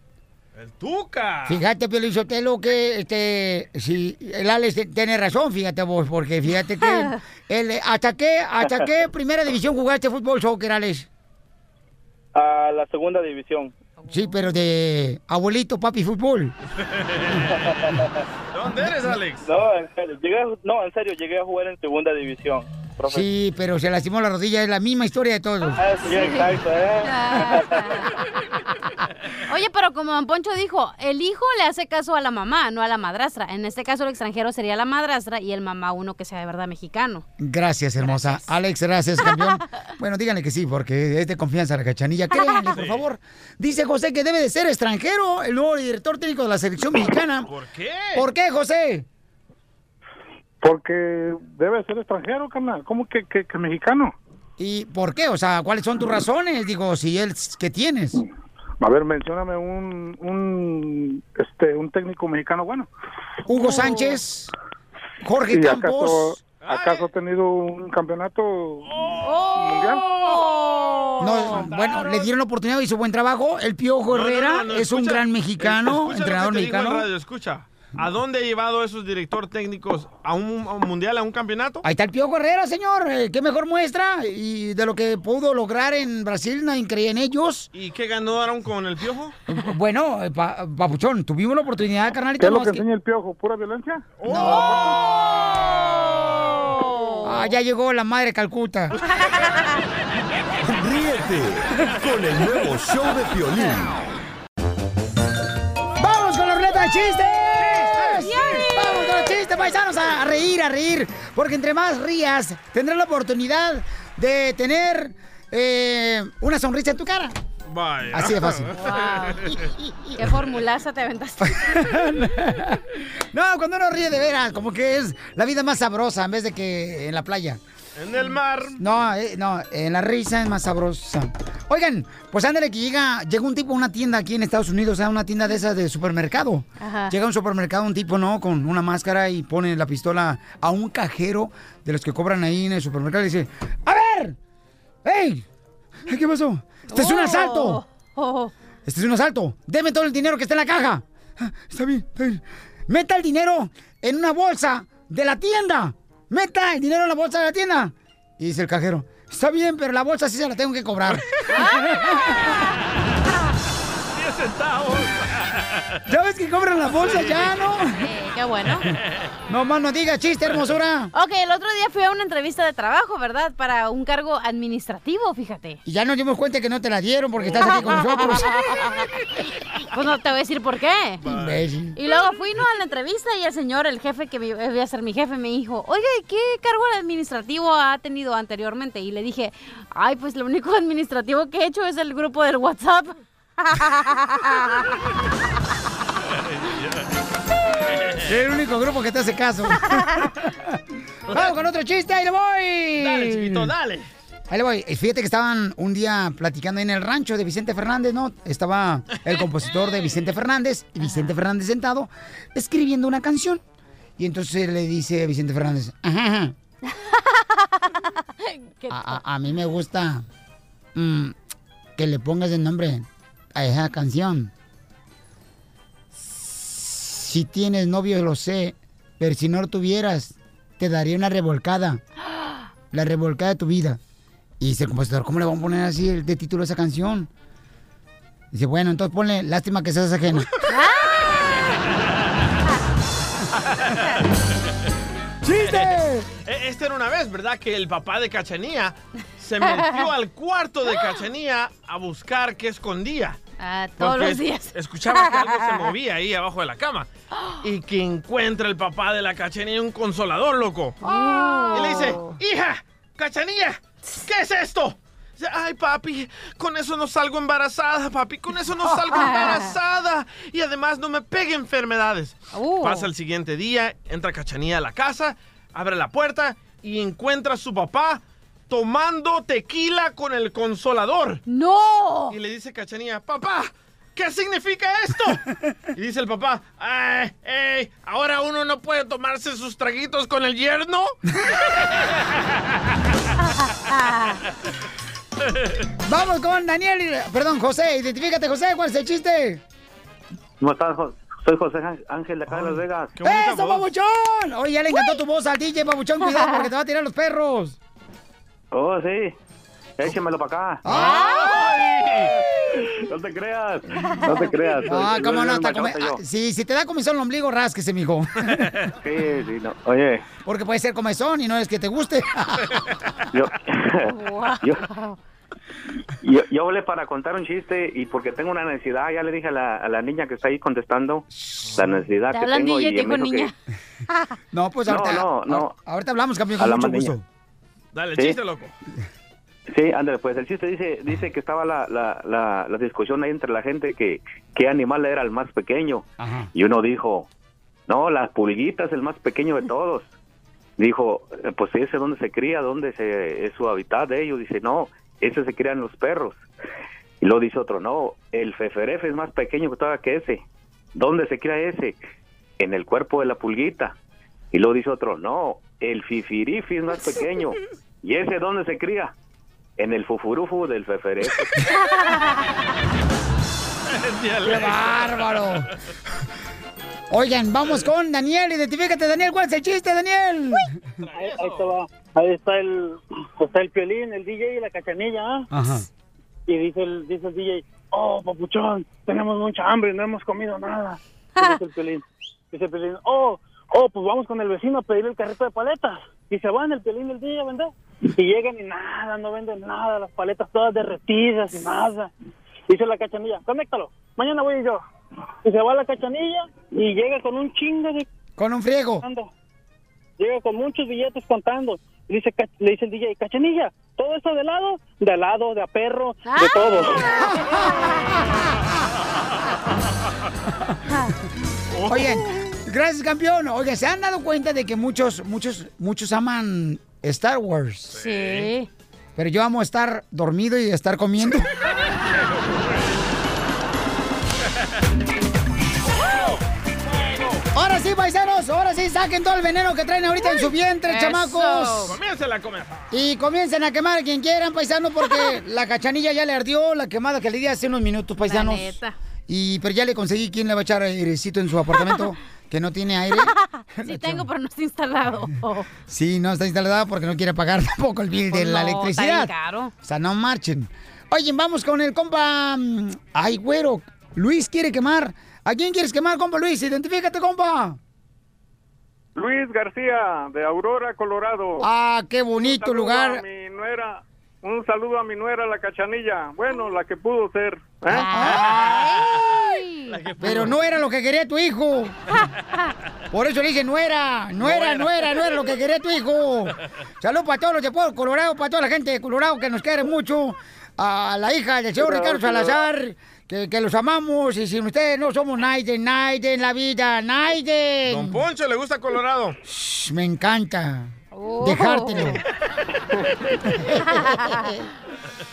S3: El Tuca.
S1: Fíjate, Piolín Sotelo, que este, si el Alex te- tiene razón, fíjate vos, porque fíjate que el, hasta qué, hasta qué primera división jugaste fútbol soccer, Alex.
S12: A la segunda división.
S1: Sí, pero de abuelito, papi, fútbol.
S3: ¿Dónde eres, Alex?
S12: No, en serio, llegué, a- no, en serio, llegué a jugar en segunda división. Profe.
S1: Sí, pero se lastimó la rodilla, es la misma historia de todos.
S12: Ah, sí, exacto, ¿eh?
S5: Oye, pero como Don Poncho dijo, el hijo le hace caso a la mamá, no a la madrastra. En este caso, el extranjero sería la madrastra y el mamá uno que sea de verdad mexicano.
S1: Gracias, hermosa. Alex, gracias, campeón. bueno, díganle que sí, porque es de confianza la cachanilla. Créanle, por favor. Dice José que debe de ser extranjero el nuevo director técnico de la selección mexicana. ¿Por
S3: qué?
S1: ¿Por qué, José?
S9: Porque debe ser extranjero, carnal. ¿Cómo que, que, que mexicano?
S1: ¿Y por qué? O sea, ¿cuáles son tus razones? Digo, si él, ¿qué tienes?
S9: A ver, mencióname un, un, este, un técnico mexicano bueno.
S1: Hugo Sánchez, Jorge
S9: ¿Y
S1: Campos.
S9: ¿Acaso, acaso ha tenido un campeonato?
S1: No, bueno, le dieron la oportunidad, hizo buen trabajo. El Piojo
S3: No, no,
S1: Herrera
S3: no, no,
S1: es un
S3: escucha,
S1: gran
S3: escucha
S1: mexicano,
S3: lo que
S1: entrenador
S3: te digo en
S1: mexicano.
S3: radio, escucha. ¿A dónde ha llevado esos director técnicos? ¿A un, a un mundial, a un campeonato?
S1: Ahí está el Piojo Herrera, señor. Eh, Qué mejor muestra. Y de lo que pudo lograr en Brasil, nadie creía en ellos.
S3: ¿Y qué ganaron con el piojo?
S1: Bueno, eh, pa- Papuchón, tuvimos la oportunidad, carnalito.
S9: ¿Qué es lo
S1: nomás
S9: que
S1: que-
S9: enseña el piojo? ¿Pura violencia? Oh.
S1: Ah, ya llegó la madre Calcuta.
S6: Ríete con el nuevo show de Piolín.
S1: ¡Vamos con la ruleta de chistes! ¡Vamos con los chistes, paisanos! A a reír, a reír. Porque entre más rías, tendrás la oportunidad de tener eh, una sonrisa en tu cara.
S3: Vaya.
S1: Así de fácil.
S5: Wow. ¿Qué formulaza te aventaste?
S1: No, cuando uno ríe de veras, como que es la vida más sabrosa en vez de que en la playa.
S3: En el mar.
S1: No, eh, no, eh, la risa es más sabrosa. Oigan, pues ándale que llega, llega un tipo a una tienda aquí en Estados Unidos, o sea, una tienda de esas de supermercado.
S5: Ajá.
S1: Llega a un supermercado un tipo, ¿no? Con una máscara y pone la pistola a un cajero de los que cobran ahí en el supermercado y dice, ¡A ver! ¡Ey! ¿Qué pasó? ¡Este es un
S5: Oh.
S1: asalto! ¡Este es un asalto! ¡Deme todo el dinero que está en la caja! "Ah, Está bien, está bien. ¡Meta el dinero en una bolsa de la tienda! ¡Meta el dinero en la bolsa de la tienda! Y dice el cajero, está bien, pero la bolsa sí se la tengo que cobrar.
S3: 10 centavos.
S1: ¿Ya ves que cobran la bolsa ya, no?
S5: Eh, qué bueno.
S1: No más no digas chiste, hermosura.
S5: Ok, el otro día fui a una entrevista de trabajo, ¿verdad? Para un cargo administrativo, fíjate.
S1: Y ya nos dimos cuenta que no te la dieron porque estás aquí con nosotros.
S5: Pues no te voy a decir por qué.
S1: Imbécil.
S5: Y luego fui ¿no? a la entrevista y el señor, el jefe que me- iba a ser mi jefe, me dijo, oiga, ¿y ¿qué cargo administrativo ha tenido anteriormente? Y le dije, ay, pues lo único administrativo que he hecho es el grupo del WhatsApp.
S1: Es el único grupo que te hace caso. Vamos con otro chiste, ahí le voy.
S3: Dale, chiquito, dale.
S1: Ahí le voy. Eh, Fíjate que estaban un día platicando ahí en el rancho de Vicente Fernández, ¿no? Estaba el compositor de Vicente Fernández y Vicente Fernández sentado escribiendo una canción. Y entonces le dice Vicente Fernández, ajá, ajá, a, a- a mí me gusta mm, que le pongas el nombre a esa canción. Si tienes novio, lo sé, pero si no lo tuvieras, te daría una revolcada. La revolcada de tu vida. Y dice el compositor, ¿cómo le van a poner así el de título a esa canción? Dice, bueno, entonces ponle lástima que seas ajena. ¡Chiste!
S3: Eh, Esta era una vez, ¿verdad? Que el papá de Cachanía se metió al cuarto de Cachanía a buscar qué escondía.
S5: Ah, todos
S3: Porque
S5: los días.
S3: Escuchaba que algo se movía ahí abajo de la cama. Y que encuentra el papá de la Cachanía un consolador, loco.
S5: Oh.
S3: Y le dice, hija, Cachanía, ¿qué es esto? Dice, Ay, papi, con eso no salgo embarazada, papi, con eso no salgo embarazada. Y además no me pegue enfermedades. Pasa el siguiente día, entra Cachanía a la casa, abre la puerta y encuentra a su papá tomando tequila con el consolador.
S5: ¡No!
S3: Y le dice Cachanía, papá, ¿qué significa esto? y dice el papá, "Ay, ey, ahora uno no puede tomarse sus traguitos con el yerno.
S1: Vamos con Daniel, y- perdón, José, identifícate, José, ¿cuál es el chiste?
S13: ¿Cómo estás? Jo- Soy José Ángel- Ángel de acá de Las Vegas.
S1: ¡Eso, babuchón! Oye, ya le encantó tu voz al DJ, babuchón, cuidado porque te va a tirar los perros.
S13: Oh, sí. Échemelo para acá. No te creas. No te creas.
S1: Ah,
S13: Soy-
S1: cómo
S13: soy
S1: no,
S13: un
S1: está come...
S13: machote yo.
S1: ah, sí, si te da comezón el ombligo, rásquese, mijo.
S13: Sí, sí, no. Oye,
S1: Porque puede ser comezón y no es que te guste.
S13: yo... yo... Yo, yo hablé para contar un chiste y porque tengo una necesidad, ya le dije a la, a la niña que está ahí contestando la necesidad que tengo y me dijo que-
S1: No, pues
S13: No,
S1: ahorita.
S13: no, no.
S1: Ahorita hablamos, campeón,
S13: A
S1: con
S13: la
S1: mucho
S13: más niña.
S1: gusto.
S3: Dale,
S13: Sí.
S3: chiste, loco.
S13: Sí, ándale, pues el chiste dice, dice que estaba la, la, la, la discusión ahí entre la gente que qué animal era el más pequeño. Y uno dijo, no, las pulguitas, el más pequeño de todos. Dijo, "Eh, pues ese dónde se cría, dónde se, es su hábitat de ellos. Dice, no, ese se crían los perros. Y luego dice otro, no, el feferefe es más pequeño que todavía que ese. ¿Dónde se cría ese? En el cuerpo de la pulguita. Y luego dice otro, no, el fifirifi es más pequeño. ¿Y ese dónde se cría? En el fufurufu del feferefe.
S1: ¡Qué bárbaro! Oigan, vamos con Daniel. Identifícate, Daniel. ¿Cuál es el chiste, Daniel?
S14: Ahí, ahí está, va. Ahí está el, pues, está el piolín, el DJ y la cachanilla. ¿ah?
S1: Ajá.
S14: Y dice el, dice el DJ, oh, papuchón, tenemos mucha hambre, no hemos comido nada. Y dice el piolín, dice el piolín, oh, oh, pues vamos con el vecino a pedir el carrito de paletas. Y se van el piolín y el DJ a vender. Y llegan y nada, no venden nada, las paletas todas derretidas y nada. Dice la cachanilla, conéctalo, mañana voy yo. Y se va la cachanilla y llega con un chingo de...
S1: Con un friego.
S14: Llega con muchos billetes contando. Y dice, Ca- le dice el DJ, cachanilla, todo eso de lado, de lado, de a perro,
S5: Ah.
S14: de todo.
S1: Oigan, gracias, campeón. Oigan, ¿se han dado cuenta de que muchos, muchos, muchos aman Star Wars.
S5: Sí.
S1: Pero yo amo estar dormido y estar comiendo. Ahora sí, paisanos, ahora sí, saquen todo el veneno que traen ahorita en su vientre, chamacos.
S3: Comienza la comida.
S1: Y comiencen a quemar a quien quieran, paisanos, porque la cachanilla ya le ardió la quemada que le di hace unos minutos, paisanos.
S5: neta.
S1: Y pero ya le conseguí quién le va a echar airecito en su apartamento que no tiene aire.
S5: Sí tengo, pero no está instalado.
S1: Sí, no está instalada porque no quiere pagar tampoco el bill de
S5: Pues
S1: la
S5: no, está bien
S1: electricidad.
S5: caro.
S1: O sea, no marchen. Oye, vamos con el compa. mm, Ay, güero. Luis quiere quemar. ¿A quién quieres quemar, compa Luis? Identifícate, compa.
S15: Luis García, de Aurora, Colorado.
S1: Ah, qué bonito
S15: Un saludo
S1: lugar.
S15: a mi nuera, un saludo a mi nuera, la cachanilla. Bueno, la que pudo ser. ¿eh?
S1: Ah. Pero no era lo que quería tu hijo. Por eso le dije, no era, no,
S15: No
S1: era,
S15: era.
S1: no era, no era lo que quería tu hijo. Salud para todos los de Pueblo Colorado, para toda la gente de Colorado que nos quiere mucho. A la hija del señor
S15: Gracias.
S1: Ricardo Salazar, que, que los amamos. Y sin ustedes no somos nadie, nadie en la vida, nadie.
S3: Don Poncho, ¿le gusta Colorado?
S1: Me encanta
S3: Oh.
S1: Oh. dejártelo.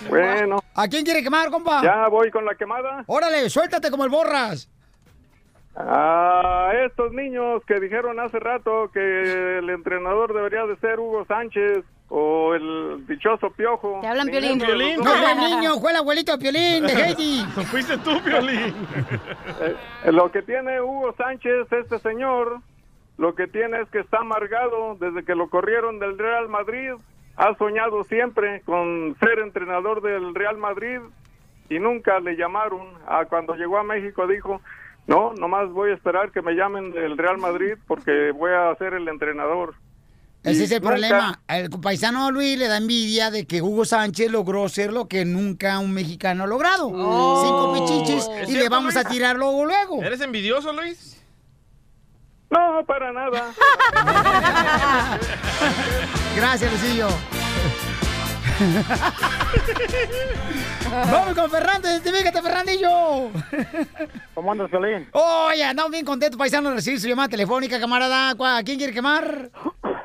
S15: Bueno.
S1: ¿A quién quiere quemar, compa?
S15: Ya voy con la quemada.
S1: Órale, suéltate como el borras.
S15: A estos niños que dijeron hace rato que el entrenador debería de ser Hugo Sánchez o el dichoso Piojo.
S1: Te hablan
S15: Ninguno
S1: Piolín.
S15: de los dos.
S1: No fue el niño, fue el abuelito de Piolín, de Heidi.
S3: Fuiste tú, Piolín.
S15: Eh, Lo que tiene Hugo Sánchez, este señor, lo que tiene es que está amargado desde que lo corrieron del Real Madrid. Ha soñado siempre con ser entrenador del Real Madrid y nunca le llamaron. A cuando llegó a México dijo, no, nomás voy a esperar que me llamen del Real Madrid porque voy a ser el entrenador.
S1: Ese es el
S15: Nunca.
S1: problema. Al paisano Luis le da envidia de que Hugo Sánchez logró ser lo que nunca un mexicano ha logrado.
S15: Oh.
S1: Cinco pichiches
S3: ¿Es
S1: y le
S3: cierto,
S1: vamos a
S3: Luis?
S1: tirar luego, luego.
S3: ¿Eres envidioso, Luis?
S15: No, para nada.
S1: Gracias, Lucillo. Vamos con Fernando, identifícate, Fernandillo.
S16: ¿Cómo andas, Piolín?
S1: Oye, andamos bien contentos, paisano, de recibir su llamada telefónica, camarada. ¿Cu- ¿A quién quiere quemar?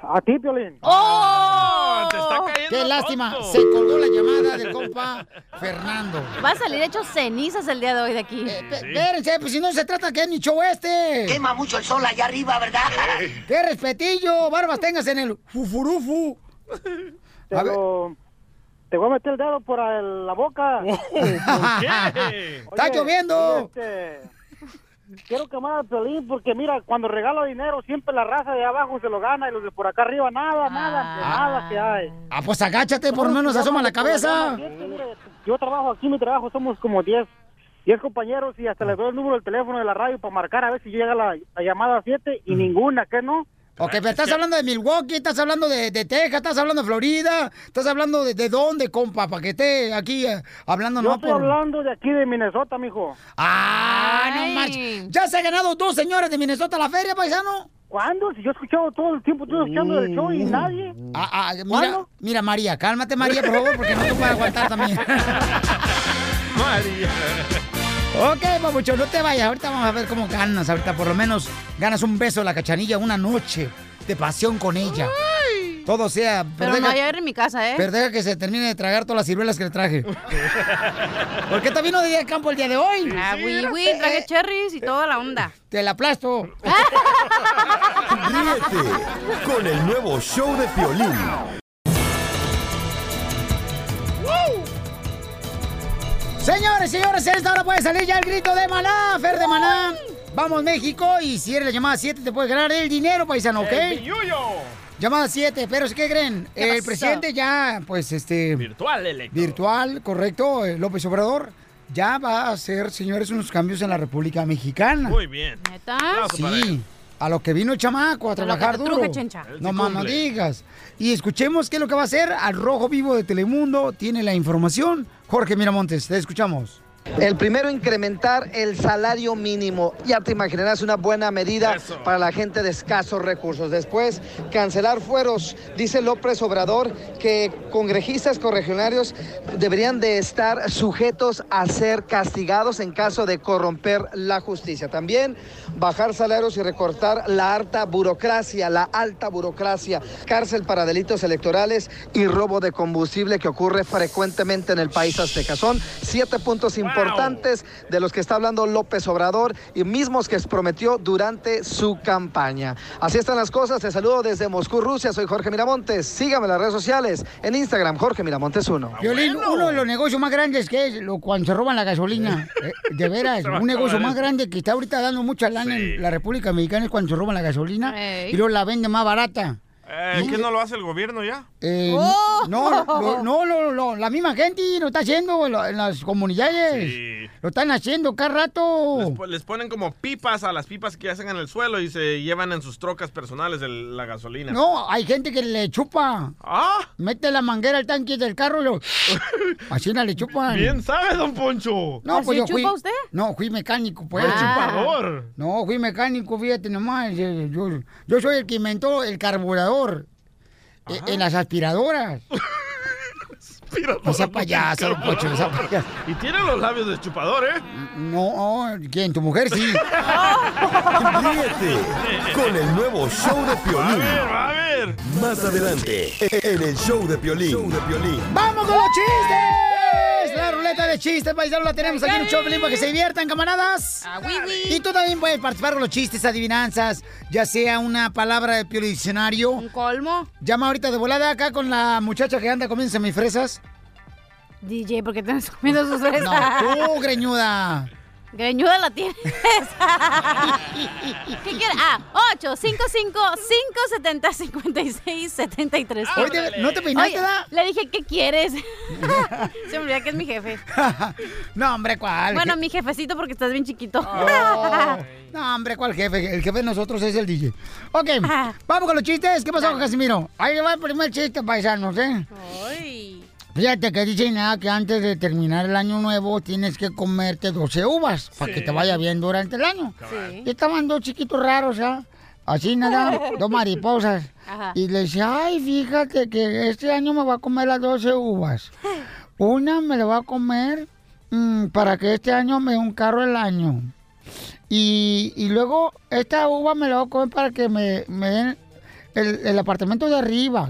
S16: A ti, Piolín.
S1: ¡Oh!
S3: ¡Te está cayendo
S1: ¡Qué lástima!
S5: tonto.
S1: Se colgó la llamada del compa Fernando.
S5: Va a salir hecho cenizas el día de hoy de aquí.
S1: Espérense, pues si no se trata que es mi show este. Quema mucho el sol allá arriba, ¿verdad? ¡Qué respetillo! Barbas tengas en el fufurufu.
S16: Te, lo- te voy a meter el dedo por el- la boca.
S1: ¡Está
S16: Oye,
S1: lloviendo!
S16: este, quiero quemar al Piolín porque, mira, cuando regalo dinero, siempre la raza de abajo se lo gana y los de por acá arriba, nada,
S17: Ah.
S16: nada, de nada que hay.
S1: Ah, pues agáchate, por lo menos asoma la cabeza.
S16: Yo trabajo aquí, mi trabajo, somos como 10 10 compañeros y hasta les doy el número del teléfono de la radio para marcar a ver si llega la, la llamada a 7 y ninguna, ¿qué no?
S1: Ok, pero estás hablando de Milwaukee, estás hablando de, de Texas, estás hablando de Florida, estás hablando de, de dónde, compa, para que esté aquí eh, hablando
S16: Yo
S1: no
S16: estoy
S1: por...
S16: hablando de aquí de Minnesota, mijo.
S1: ¡Ah, no manches! ¿Ya se ha ganado dos señores de Minnesota la feria, paisano?
S16: ¿Cuándo? Si yo he escuchado todo el tiempo, estoy escuchando el show y nadie.
S1: Ah, ah, mira,
S16: ¿Cuándo?
S1: mira, María, cálmate, María, por favor, porque no te puedo aguantar también.
S3: María.
S1: Ok, papucho, no te vayas. Ahorita vamos a ver cómo ganas. Ahorita por lo menos ganas un beso a la cachanilla, una noche de pasión con ella. Todo sea...
S5: Pero
S1: deja-
S5: no hay aire en mi casa, ¿eh?
S1: pero deja que se termine de tragar todas las ciruelas que le traje. Porque está vino de día de campo el día de hoy. eh.
S5: Ah, oui, oui, traje cherries y toda la onda.
S1: Te la aplasto.
S6: Ríete con el nuevo show de Piolín.
S1: Señores, señores, en esta hora puede salir ya el grito de Maná, Fer de Maná. Vamos, México, y si eres la llamada 7 te puedes ganar el dinero, paisano, ¿ok?
S3: El billuyo.
S1: Llamada 7, pero ¿qué creen?
S3: ¿Qué
S1: el
S3: pasó?
S1: presidente ya, pues, este...
S3: Virtual, electo.
S1: Virtual, correcto, eh, López Obrador. Ya va a hacer, señores, unos cambios en la República Mexicana.
S3: Muy bien.
S5: ¿Neta?
S1: Sí, a lo que vino el chamaco a
S5: Ah, A lo que
S1: trabajar
S5: te
S1: duro.
S5: truje, chencha. Él sí
S1: No más no
S5: cumple.
S1: digas. Y escuchemos qué es lo que va a hacer al Rojo Vivo de Telemundo. Tiene la información. Jorge Miramontes, te escuchamos.
S4: El primero, incrementar el salario mínimo. Ya te imaginarás una buena medida para la gente de escasos recursos. Después, cancelar fueros. Dice López Obrador que congresistas corregionarios deberían de estar sujetos a ser castigados en caso de corromper la justicia. También bajar salarios y recortar la alta burocracia, la alta burocracia, cárcel para delitos electorales y robo de combustible que ocurre frecuentemente en el país azteca. Son siete puntos importantes de los que está hablando López Obrador y mismos que prometió durante su campaña. Así están las cosas. Te saludo desde Moscú, Rusia. Soy Jorge Miramontes. Sígame en las redes sociales. En Instagram, Jorge Miramontes 1.
S1: Violín, uno de los negocios más grandes que es lo, cuando se roban la gasolina. Eh, de veras,
S4: Se va a
S1: un negocio
S4: acabar
S1: más
S4: eso.
S1: grande que está ahorita dando mucha lana en la República Mexicana es cuando se roban la gasolina y luego la venden más barata.
S3: Eh, ¿Qué no lo hace el gobierno ya?
S1: Eh,
S3: ¡Oh!
S1: no, no, no, no, no, la misma gente lo está haciendo en la- en las comunidades.
S3: Sí.
S1: Lo están haciendo cada rato.
S3: Pues Les ponen como pipas a las pipas que hacen en el suelo y se llevan en sus trocas personales el- la gasolina.
S1: No, hay gente que le chupa.
S3: Ah.
S1: Mete la manguera al tanque del carro y lo... Así no le chupan.
S3: Bien sabe, don Poncho.
S1: No, pues yo
S3: ¿Así
S1: fui...
S3: chupa
S5: usted?
S1: No, fui mecánico, pues.
S3: Ah. chupador.
S1: No, fui mecánico, fíjate nomás. eh, Yo, yo soy el que inventó el carburador. eh, En las aspiradoras. O sea, payaso, don Poncho, o sea, payaso.
S3: Y tiene los labios de chupador, ¿eh?
S1: No, ¿quién? ¿Tu mujer? Sí.
S6: Ríete con el nuevo show de Piolín. Más adelante, en el show de Piolín.
S1: ¡Vamos con los chistes! La ruleta de chistes, paisanos, la tenemos aquí en el show, Pelín, para que se diviertan, camaradas.
S5: Ah,
S1: Y tú también puedes participar con los chistes, adivinanzas, ya sea una palabra de Piolín diccionario. ¿Un
S5: colmo?
S1: Llama ahorita de volada acá con la muchacha que anda comiendo mis fresas.
S5: DJ, ¿por qué te andas comiendo sus fresas?
S1: No, tú, greñuda.
S5: Greñuda la tienes. ¿Qué quieres? Ah, 8, 5, 5, 5, 70, 56, 73.
S1: Hoy te- Ábrele. ¿no te peinaste,
S5: Oye,
S1: da?
S5: Le dije, ¿qué quieres? Se me olvidó que es mi jefe.
S1: no, hombre, ¿cuál?
S5: Bueno, mi jefecito porque estás bien chiquito.
S1: Ah, Oh, no, hombre, ¿cuál jefe? El jefe de nosotros es el DJ. Ok, vamos con los chistes. ¿Qué pasó, Casimiro? Ahí va el primer chiste, paisanos, ¿eh? Fíjate que dicen ah, que antes de terminar el año nuevo tienes que comerte 12 uvas para que te vaya bien durante el año.
S5: Sí.
S1: Y estaban dos chiquitos raros, ¿ah? Así nada, dos mariposas.
S5: Ajá.
S1: Y le dice, ay, fíjate que este año me va a comer las 12 uvas. Una me la va a comer mm, para que este año me dé un carro el año. Y, y luego esta uva me la voy a comer para que me, me den el, el apartamento de arriba.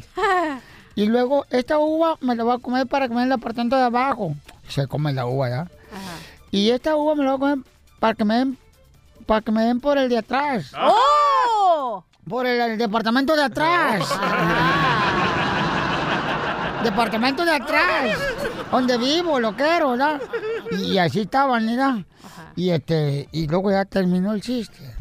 S1: Y luego esta uva me la voy a comer para que me den el apartamento de abajo. Se come la uva ya. Y esta uva me la voy a comer para que me den, para que me den por el de atrás.
S5: ¡Oh!
S1: Por el, el departamento de atrás. departamento de atrás. Donde vivo, lo quiero, ¿verdad? Y así estaban, ¿verdad? Y este, y luego ya terminó el chiste.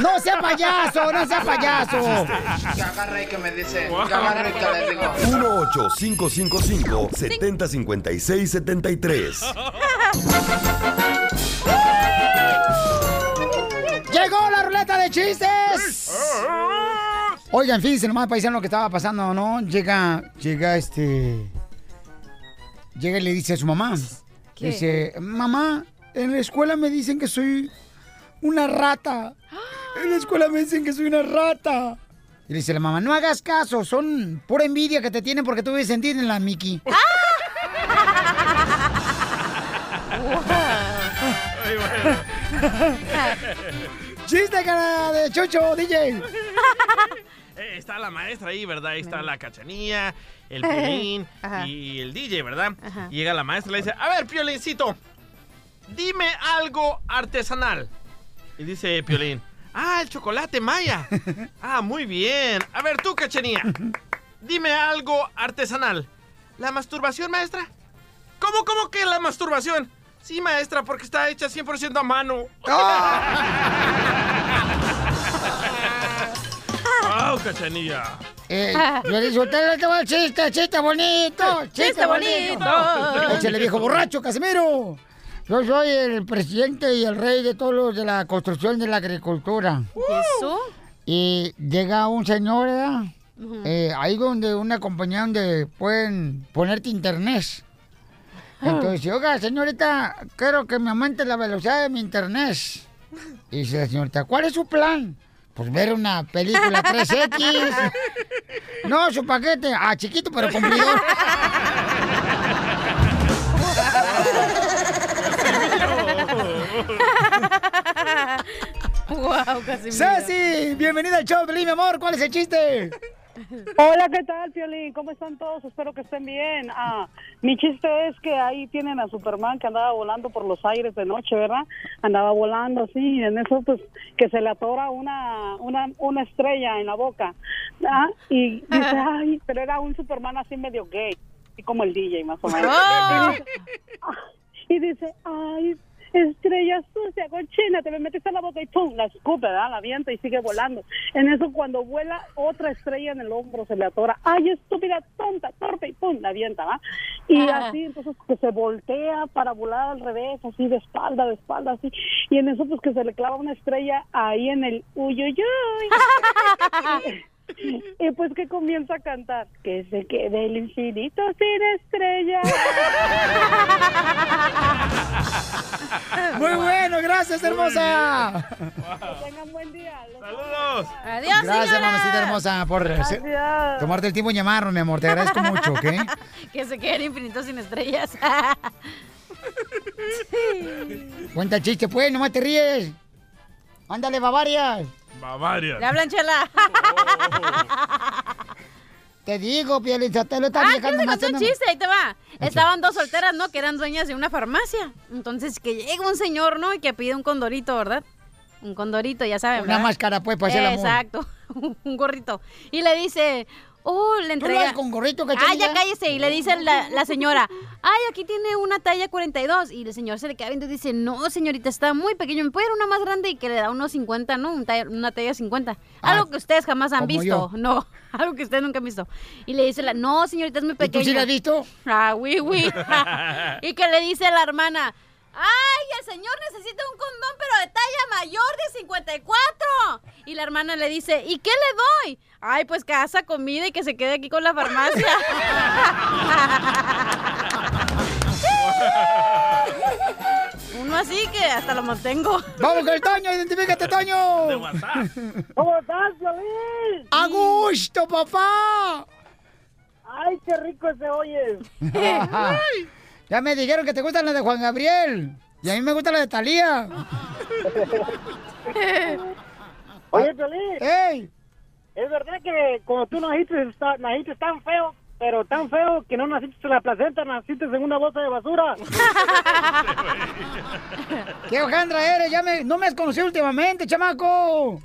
S1: ¡No sea payaso! ¡No sea payaso!
S18: Que agarre y que me dice,
S1: que agarre y que le digo.
S6: 1-855-7056-73.
S1: ¡Llegó la ruleta de chistes! Oigan, fíjense nomás, paisano, lo que estaba pasando, ¿no? Llega, llega este... Llega y le dice a su mamá.
S19: ¿Qué?
S1: Dice, mamá, en la escuela me dicen que soy una rata. En la escuela me dicen que soy una rata. Y le dice la mamá, no hagas caso, son pura envidia que te tienen porque tú vives en Disneyland, Mickey. ¡Chiste, cara de chocho, DJ!
S3: Eh, está la maestra ahí, ¿verdad? Ahí está la cachanía, el
S1: Ajá.
S3: piolín y el DJ, ¿verdad? Y Llega la maestra y le dice, a ver, piolincito, dime algo artesanal. Y dice piolín, ah, el chocolate maya. Ah, muy bien. A ver, tú, cachanía, dime algo artesanal. ¿La masturbación, maestra? ¿Cómo, cómo que la masturbación? Sí, maestra, porque está hecha 100% a mano. ¡Wow, cachanilla!
S1: Eh, yo dije, usted le va el chiste, chiste bonito, chiste,
S3: Chiste
S1: bonito.
S3: bonito.
S1: Échale viejo borracho, Casimiro. Yo soy el presidente y el rey de todos los de la construcción de la agricultura.
S5: ¿Eso?
S1: Y llega un señor, ¿verdad?
S5: Ujú.
S1: Eh, ahí donde una compañía donde pueden ponerte internet. Entonces, oiga, señorita, quiero que me aumente la velocidad de mi internet. Y dice la señorita, ¿cuál es su plan? Pues ver una película 3X. No, su paquete. Ah, chiquito, pero cumplidor.
S5: wow, casi
S1: Ceci, bienvenida al show, Pelín, mi amor. ¿Cuál es el chiste?
S19: Hola, ¿qué tal, Piolín? ¿Cómo están todos? Espero que estén bien. Ah, mi chiste es que ahí tienen a Superman que andaba volando por los aires de noche, ¿verdad? Andaba volando así, y en eso, pues, que se le atora una, una, una estrella en la boca. Ah, Y dice, ay, pero era un Superman así medio gay, así como el DJ, más o menos. Y
S5: Oh.
S19: dice, ah, Y dice, ay, estrella sucia, cochina, te me metes a la boca y pum, la escupe, ¿verdad? La avienta y sigue volando. En eso cuando vuela otra estrella en el hombro se le atora, ay, estúpida, tonta, torpe y pum, la avienta, ¿va? Y
S7: Ah.
S19: así entonces que se voltea para volar al revés, así de espalda, de espalda, así. Y en eso pues que se le clava una estrella ahí en el uy, uy, uy. Y pues que comienza a cantar, que se quede el infinito sin estrellas.
S1: Muy bueno, gracias, hermosa.
S19: Tengan buen día.
S3: Saludos.
S5: Adiós,
S1: Gracias,
S5: señora.
S1: mamacita hermosa, por
S5: Gracias.
S1: tomarte el tiempo en llamarnos, mi amor. Te agradezco mucho, ¿ok?
S5: Que se quede el infinito sin estrellas.
S1: Cuenta chiste, pues, nomás te ríes. Ándale, Bavaria.
S3: Bavaria.
S5: Le hablan, chela.
S1: Te digo, Pielizotelo está
S5: Ah, quiero
S1: viajando
S5: te
S1: más.
S5: conté un chiste, ahí te va. Estaban dos solteras, ¿no? Que eran dueñas de una farmacia. Entonces que llega un señor, ¿no? Y que pide un condorito, ¿verdad? Un condorito, ya saben.
S1: Una
S5: ¿verdad?
S1: máscara, pues, para hacer el amor.
S5: Exacto, un gorrito. Y le dice, oh, le
S1: ¿Tú lo
S5: entrega.
S1: haces con gorrito,
S5: Ah,
S1: cachanilla?
S5: ya cállese. Y le dice la, la señora, ay, aquí tiene una talla 42. Y el señor se le queda viendo y dice, no, señorita, está muy pequeño. ¿Me puede dar una más grande? Y que le da unos 50, ¿no? Un talla- una talla 50. Algo que ustedes jamás han
S1: Ah, como yo.
S5: visto. No, algo que ustedes nunca han visto. Y le dice la, no, señorita, es muy
S1: tú sí
S5: pequeña.
S1: la has visto?
S5: Ah, oui, oui. y que le dice la hermana, ¡Ay, el señor necesita un condón, pero de talla mayor de 54! Y la hermana le dice, ¿y qué le doy? Ay, pues que haga comida y que se quede aquí con la farmacia. Uno así que hasta lo mantengo.
S1: ¡Vamos con el Toño! ¡Identifícate, Toño! De WhatsApp.
S17: ¿Cómo estás, Piolín?
S1: ¡A gusto, papá!
S17: ¡Ay, qué rico se oye!
S1: ya me dijeron que te gustan las de Juan Gabriel. Y a mí me gusta la de Talía.
S17: Oye, Piolín.
S1: ¡Ey!
S17: Es verdad que cuando tú naciste, está- naciste tan feo, pero tan feo que no naciste en la placenta, naciste en una bolsa de basura.
S1: ¡Qué hojandra eres! Ya me, no me has conocido últimamente, chamaco.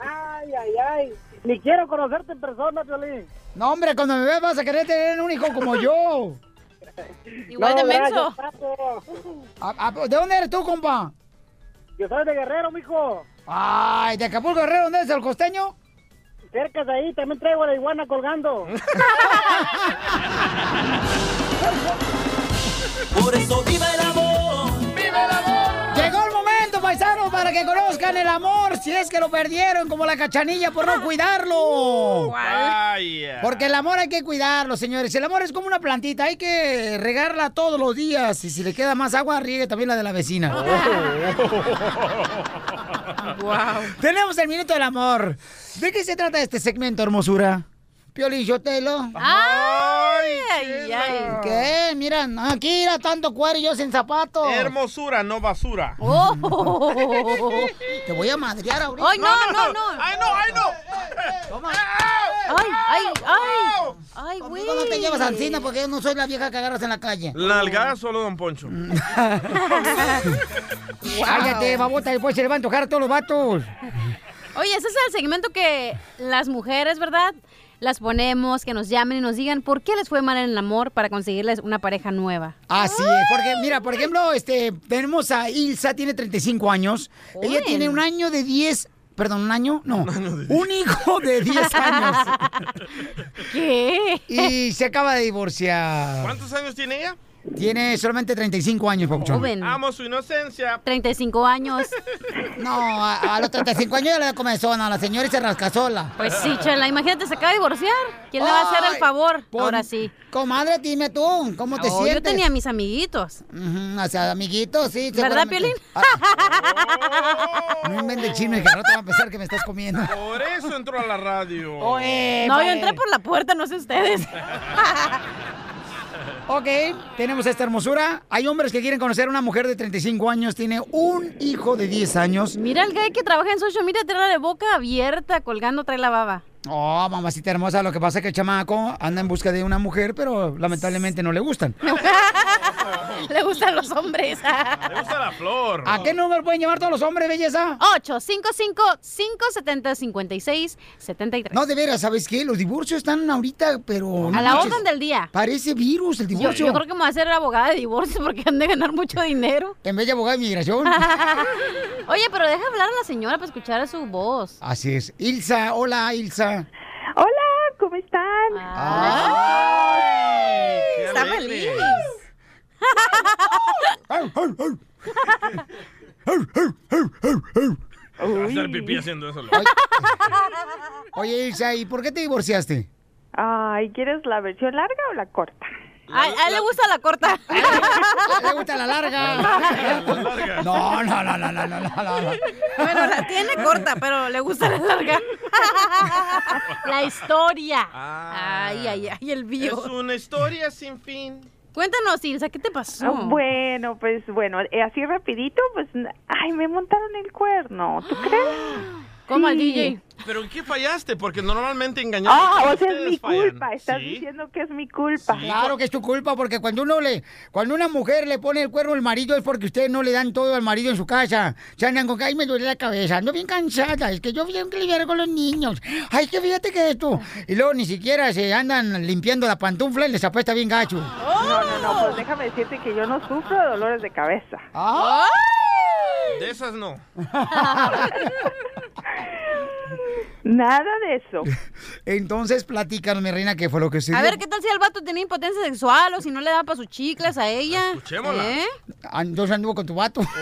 S17: ay, ay, ay. Ni quiero conocerte en persona, Piolín.
S1: No, hombre, cuando me veas vas a querer tener un hijo como yo.
S17: No, gracias,
S1: ¿A- a- ¿De dónde eres tú, compa?
S17: Yo soy de Guerrero, mijo.
S1: Ay, de Acapulco Guerrero, ¿dónde es el costeño?
S17: Cerca de ahí, también traigo la iguana colgando.
S1: Por eso viva el amor. ¡Viva el amor! Llegó el momento, paisanos, para que conozcan el amor, si es que lo perdieron, como la cachanilla por no cuidarlo.
S3: Vaya.
S1: Porque el amor hay que cuidarlo, señores. El amor es como una plantita, hay que regarla todos los días. Y si le queda más agua, riegue también la de la vecina. Tenemos el minuto del amor. ¿De qué se trata este segmento, hermosura? Piolín Sotelo.
S3: ¡Ay,
S5: ay, ay!
S1: ¿Qué? Mira, aquí era tanto cuero y yo sin zapatos.
S3: Hermosura, no basura.
S1: Oh. Te voy a madrear ahorita.
S5: ¡Ay, no, no, no!
S3: ¡Ay, no, ay, no!
S1: Toma.
S5: ¡Ay, ay, ay! ¡Ay, güey!
S1: No te llevas al cine porque yo no soy la vieja que agarras en la calle.
S3: La nalgada solo Don Poncho.
S1: Cállate, babota, después se le va a antojar a todos los vatos.
S5: Oye, ese es el segmento que las mujeres, ¿verdad? Las ponemos, que nos llamen y nos digan por qué les fue mal en el amor para conseguirles una pareja nueva.
S1: Así es, porque mira, por ejemplo, este, tenemos a Ilsa, tiene 35 años. Ella
S5: Joven.
S1: tiene un año de 10, perdón, un año, no, un hijo de 10 años.
S5: ¿Qué?
S1: Y se acaba de divorciar.
S3: ¿Cuántos años tiene ella?
S1: Tiene solamente 35 años, Papuchón.
S3: Amo su inocencia.
S5: 35 años.
S1: No, a, a los 35 años ya le da comezón a la señora y se rasca sola.
S5: Pues sí, chela, imagínate, se acaba de divorciar. ¿Quién le va a hacer el
S1: Ay,
S5: favor?
S1: pon-
S5: Ahora sí.
S1: Comadre, dime tú, ¿cómo te
S5: Oh,
S1: sientes?
S5: Yo tenía mis amiguitos.
S1: o sea, amiguitos, sí.
S5: ¿Verdad,
S1: seguramente.
S5: Piolín?
S1: Ah. No inventes chino y que al rato va a pensar que me estás comiendo.
S3: Por eso entró a la radio.
S5: no,
S1: pues.
S5: yo entré por la puerta, no sé ustedes.
S1: Ok, tenemos esta hermosura. Hay hombres que quieren conocer a una mujer de 35 años, tiene un hijo de 10 años.
S5: Mira el gay que trabaja en social media, trae la de boca abierta, colgando, trae la baba.
S1: Oh, mamacita hermosa, lo que pasa es que el chamaco anda en busca de una mujer, pero lamentablemente no le gustan.
S5: Le gustan los hombres.
S3: Le gusta la flor.
S1: ¿A qué número pueden llamar todos los hombres, belleza?
S5: 855-570-5673.
S1: No, de veras, ¿sabes qué? Los divorcios están ahorita, pero... no
S5: A la
S1: manches.
S5: orden del día.
S1: Parece virus el
S5: Yo,
S1: divorcio.
S5: yo creo que me voy a hacer abogada de divorcio porque han de ganar mucho dinero.
S1: En vez de abogada de migración.
S5: Oye, pero deja hablar a la señora para escuchar su voz.
S1: Así es. Ilsa, Ah, hola, Ilsa.
S20: Hola, ¿cómo están?
S5: Ah. Está feliz.
S3: Va a hacer pipí haciendo eso. loco.
S1: Oye, Ilsa, ¿y por qué te divorciaste?
S20: Ay, ¿quieres la versión larga o la corta?
S5: A, a él le gusta la corta.
S1: le gusta la larga. No, no, no, no, no, no, no, no.
S5: Bueno, la tiene corta, pero le gusta la larga. La historia. Ay, ay, ay, el bio.
S3: Es una historia sin fin.
S5: Cuéntanos, Ilsa, ¿qué te pasó?
S20: Ah, Bueno, pues bueno, eh, así rapidito, pues, n- ay, me montaron el cuerno, ¿tú crees?
S5: ¿Cómo al
S20: Sí.
S5: DJ?
S3: ¿Pero en qué fallaste? Porque normalmente engañamos.
S20: Ah, o sea, es mi culpa, estás diciendo que es mi culpa.
S1: Claro que es tu culpa, porque cuando uno le, cuando una mujer le pone el cuerno al marido es porque ustedes no le dan todo al marido en su casa. Se andan con que ay me duele la cabeza, ando bien cansada, es que yo tengo que lidiar con los niños. Ay, que fíjate que esto. Y luego ni siquiera se andan limpiando la pantufla y les apesta bien gacho.
S20: No, no, no, pues déjame decirte que yo no sufro de dolores de cabeza.
S3: Ah. De esas no.
S20: Nada de eso.
S1: Entonces platícanos, mi reina, qué fue lo que se
S5: A ver, ¿qué tal si el vato tenía impotencia sexual o si no le daba para sus chicles a ella?
S1: Escuchémosla.
S5: ¿Eh?
S1: Entonces anduvo con tu vato.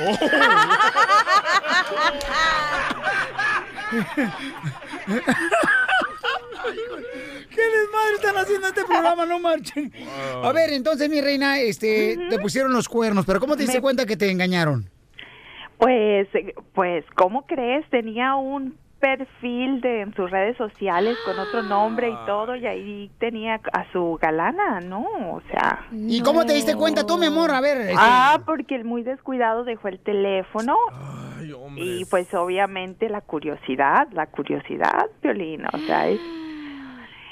S1: ¿Qué desmadre están haciendo este programa? No marchen. A ver, entonces, mi reina, este, te pusieron los cuernos, pero ¿cómo te diste
S20: Me-
S1: cuenta que te engañaron?
S20: Pues, eh, pues, ¿cómo crees? Tenía un perfil de en sus redes sociales con otro nombre y todo, y ahí tenía a su galana, ¿no? O sea...
S1: ¿Y cómo te diste cuenta tú, mi amor? A ver. este,
S20: Ah, porque el muy descuidado dejó el teléfono. y pues obviamente la curiosidad, la curiosidad, Violina, o sea, es-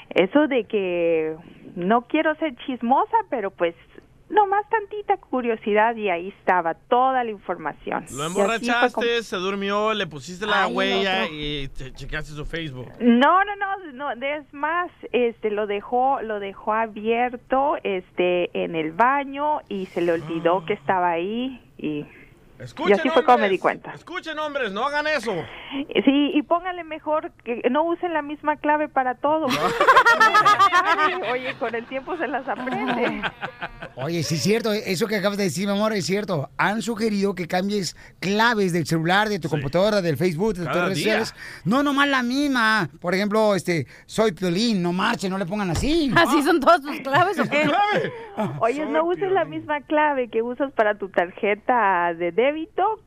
S20: eso de que no quiero ser chismosa, pero pues nomás tantita curiosidad y ahí estaba toda la información. Y
S3: Lo
S20: así fue como-
S3: emborrachaste, se durmió, le pusiste la
S20: Ay, el
S3: huella
S20: otro.
S3: y te checaste su Facebook.
S20: No, no, no, no, de- es más, este lo dejó lo dejó abierto este en el baño y se le olvidó que estaba ahí y y
S3: Ah. Escuchen,
S20: así fue como me
S3: hombres,
S20: di cuenta.
S3: Escuchen, hombres, no hagan eso.
S20: Sí, y póngale mejor que no usen la misma clave para todo. Oye, con el tiempo se las aprende.
S1: Oye, sí es cierto, eso que acabas de decir, mi amor, es cierto. Han sugerido que cambies claves del celular, de tu computadora, del Facebook, de tus
S21: Cada
S1: redes
S21: día.
S1: sociales. No, nomás la misma. Por ejemplo, este, soy Piolín, no marche, no le pongan así. Ah.
S5: ¿Así son todas tus claves o qué?
S20: Oye, no uses la misma clave que usas para tu tarjeta de débito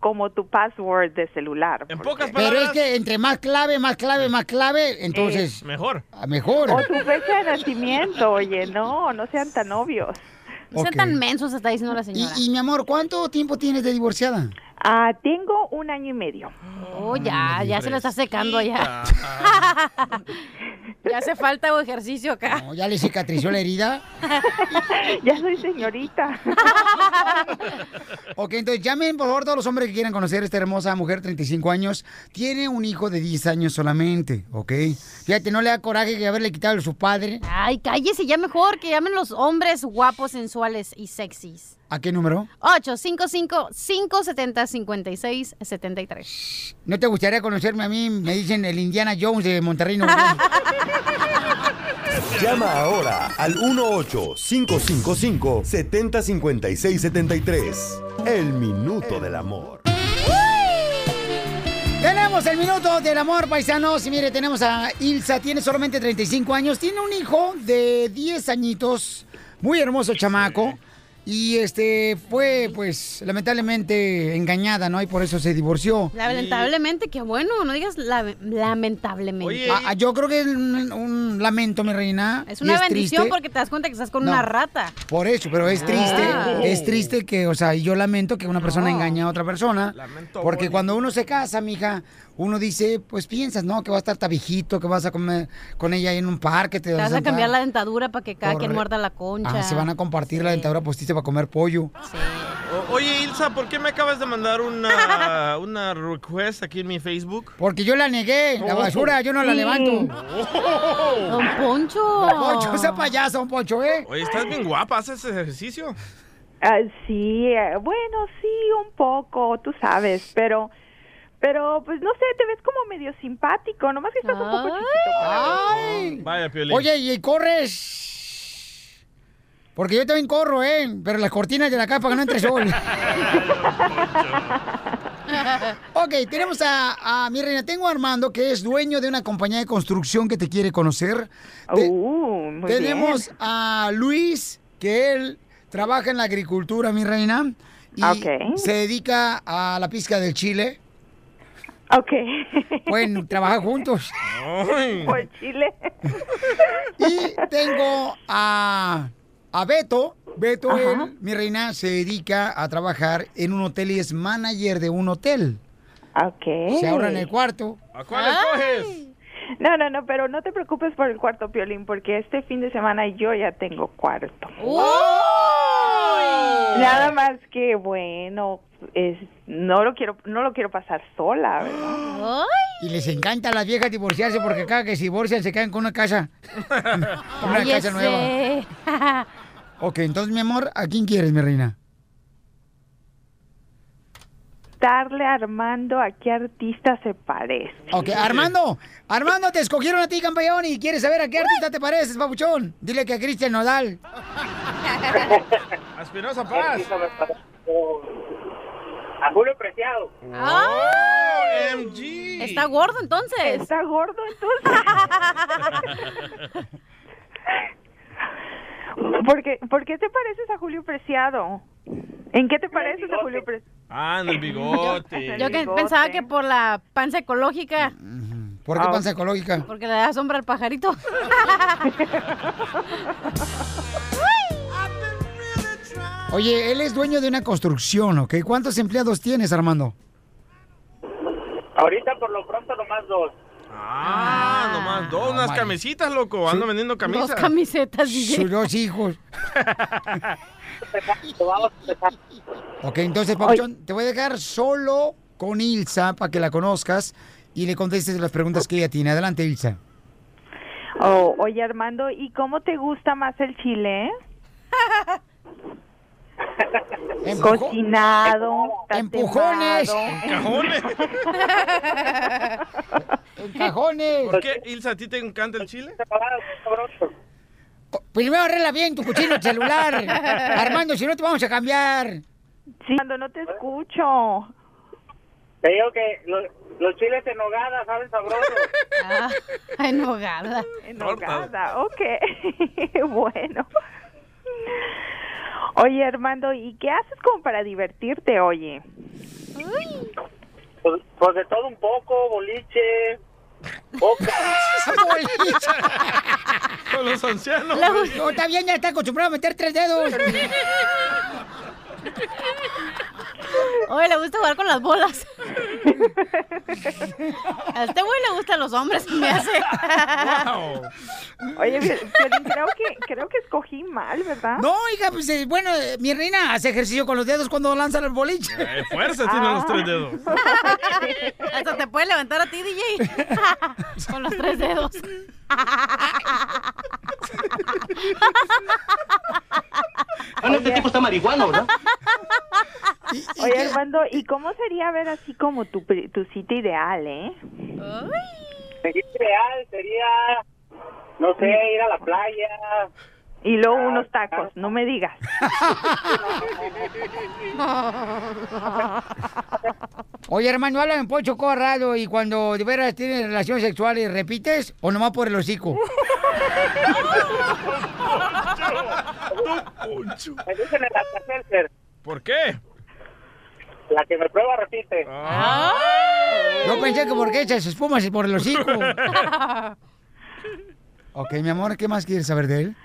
S20: como tu password de celular.
S3: Pocas
S1: Pero es que entre más clave, más clave, más clave, entonces... Ah,
S20: Eh,
S3: mejor.
S1: Mejor.
S20: O tu fecha de nacimiento, oye, no, no sean tan obvios.
S5: No sean Ok. tan mensos, está diciendo la señora.
S1: Y, y, mi amor, ¿cuánto tiempo tienes de divorciada?
S20: Ah, tengo un año y medio.
S5: Oh,
S1: Mm,
S5: ya, ya se lo está secando ya. Ya hace falta ejercicio acá.
S1: No, ya le cicatrizó la herida.
S20: ya soy señorita.
S1: Ok, entonces llamen por favor todos los hombres que quieran conocer a esta hermosa mujer, 35 años. Tiene un hijo de 10 años solamente, ¿ok? Fíjate, no le da coraje que haberle quitado a su padre.
S5: Ay, cállese ya mejor, que llamen los hombres guapos, sensuales y sexys.
S1: ¿A qué número?
S5: 855-570-5673.
S1: ¿No te gustaría conocerme a mí? Me dicen el Indiana Jones de Monterrey. Nuevo León.
S6: Llama ahora al 1-8-555-705673. El minuto del amor.
S1: Tenemos el minuto del amor, paisanos. Y mire, tenemos a Ilsa, tiene solamente 35 años. Tiene un hijo de 10 añitos, muy hermoso chamaco. Y este fue, pues, lamentablemente engañada, ¿no? Y por eso se divorció.
S5: Lamentablemente, qué bueno, no digas la- lamentablemente.
S1: Ah, ah, yo creo que es un, un lamento, mi reina.
S5: es
S1: y
S5: una bendición
S1: triste.
S5: porque te das cuenta que estás con
S1: No.
S5: una rata.
S1: Por eso, pero es triste,
S5: Ah.
S1: es triste que, o sea, y yo lamento que una persona
S5: No.
S1: engañe a otra persona. porque cuando uno se casa, mija, uno dice, pues piensas, ¿no? Que va a estar tabijito, que vas a comer con ella ahí en un parque. Te
S5: Te vas a
S1: sentar.
S5: cambiar la dentadura para que cada
S1: Corre-
S5: quien muerda la
S1: Ah,
S5: concha.
S1: se van a compartir la dentadura postiza para comer pollo.
S3: O- Oye, Ilsa, ¿por qué me acabas de mandar una, una request aquí en mi Facebook?
S1: Porque yo la negué, la
S3: Oh.
S1: basura, yo no la
S3: Mm.
S1: levanto.
S3: Don
S5: Poncho.
S1: Don Poncho, sea payaso, Don Poncho, ¿eh?
S3: Oye, estás bien guapa, haces ejercicio.
S20: Ah, sí, eh, bueno, sí, un poco, tú sabes, pero, pero, pues no sé, te ves como medio simpático, nomás que estás un poco chiquito.
S1: Ay.
S3: Vaya, Piolín.
S1: Oye, y corres. Porque yo también corro, ¿eh? Pero las cortinas de la capa que no entre sol. ok, tenemos a, a mi reina. Tengo a Armando, que es dueño de una compañía de construcción que te quiere conocer. Te-
S20: Uh, muy
S1: tenemos
S20: bien.
S1: a Luis, que él trabaja en la agricultura, mi reina. Y
S20: Ah, Ok.
S1: se dedica a la pizca del chile.
S20: Ok. Pues
S1: Pueden trabajar juntos.
S20: Por Chile.
S1: Y tengo a, a Beto. Beto,
S20: Ajá.
S1: él, mi reina, se dedica a trabajar en un hotel y es manager de un hotel.
S20: Ah, Ok.
S1: Se ahorra en el cuarto.
S3: ¿A
S1: cuál
S20: No, no, no, pero no te preocupes por el cuarto, Piolín, porque este fin de semana yo ya tengo cuarto. Nada más que, bueno, es, no lo quiero, no lo quiero pasar sola, ¿verdad?
S1: Y les encanta a las viejas divorciarse porque cada que se divorcian se quedan con una casa. una casa nueva. Ok, entonces, mi amor, ¿a quién quieres, mi reina?
S20: Darle a Armando a qué artista se parece.
S1: Ok, Armando, Armando, te escogieron a ti, campeón, y quieres saber a qué artista te pareces, papuchón. Dile que a Cristian Nodal.
S3: Aspirosa Paz.
S14: A Julio Preciado.
S1: ¡Oh,
S5: ¡OMG! Está gordo entonces. Está
S20: gordo entonces. ¿Por qué, por qué te pareces a Julio Preciado? ¿En qué te pareces a Julio Preciado?
S3: Ah, en el bigote.
S5: Yo que pensaba que por la panza ecológica,
S1: ¿Por qué
S3: Ah,
S1: panza ecológica?
S5: porque le da sombra al pajarito.
S1: Oye, él es dueño de una construcción, ¿ok? ¿Cuántos empleados tienes, Armando?
S14: Ahorita por lo pronto nomás dos.
S3: Ah, nomás dos, unas camisitas, loco. Ando vendiendo camisas.
S5: camisetas,
S1: Sus dos hijos. Ok, entonces, Papuchón, te voy a dejar solo con Ilsa para que la conozcas y le contestes las preguntas que ella tiene. Adelante, Ilsa.
S20: Oh, oye, Armando, ¿y cómo te gusta más el chile? Cocinado,
S1: Empujones.
S20: tatemado.
S1: cajones.
S3: ¿Por qué, Ilsa, a ti te encanta el chile?
S1: Pues Primero arregla bien tu cochino celular. Armando, si no te vamos a cambiar.
S20: Sí, Armando, no te escucho.
S14: Te digo que los, los chiles en nogada saben sabroso.
S5: En hogada.
S20: En hogada, ok. bueno. Oye, Armando, ¿y qué haces como para divertirte, oye?
S14: Pues, pues de todo un poco, boliche.
S3: Con los ancianos.
S1: No, está bien, ya está acostumbrado a meter tres dedos.
S5: Oye, le gusta jugar con las bolas. A este güey le gustan los hombres, me hace.
S20: Oye, Piolín, creo que, creo que escogí mal, ¿verdad?
S1: No, hija, pues eh, bueno, eh, mi reina hace ejercicio con los dedos cuando lanza el boliche. Ah.
S3: Eh, fuerza tienen los tres dedos.
S5: Hasta te puede levantar a ti, DJ. Con los tres dedos.
S20: Bueno,
S18: este tipo está marihuano, ¿verdad?
S20: Oye, Armando, ¿y cómo sería ver así como tu, pri- tu cita ideal, eh?
S14: Sería ideal, sería
S7: No sé, ir a la playa. Ah,
S20: Y luego unos tacos, no me digas.
S1: Oye, hermano, habla en Pocho Corrado y cuando de veras tienes relaciones sexuales, ¿repites o nomás por el hocico?
S7: Me dicen el Alka-Seltzer.
S3: ¿Por qué?
S7: La que me prueba repite.
S1: Yo pensé que porque echas espumas por el hocico. Ok, mi amor, ¿qué más quieres saber de él?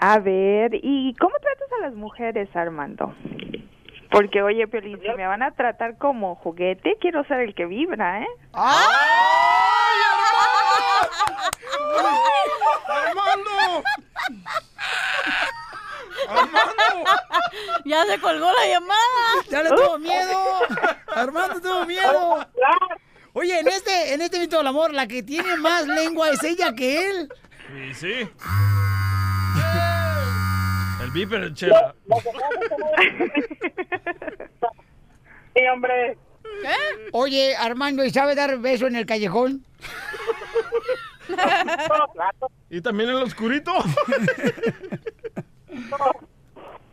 S20: A ver, ¿y cómo tratas a las mujeres, Armando? Porque, oye, Piolín, si me van a tratar como juguete, quiero ser el que vibra, ¿eh?
S3: Ah, ¡Armando!
S5: Ya se colgó la llamada.
S1: Ya le tuvo miedo. Armando tuvo miedo. Oye, en este, en este mito del amor, la que tiene más lengua es ella que él.
S3: Y sí. El viper, chela.
S7: Sí, hombre.
S1: Oye, Armando, ¿y sabe dar beso en el callejón?
S3: ¿Y también en lo oscurito?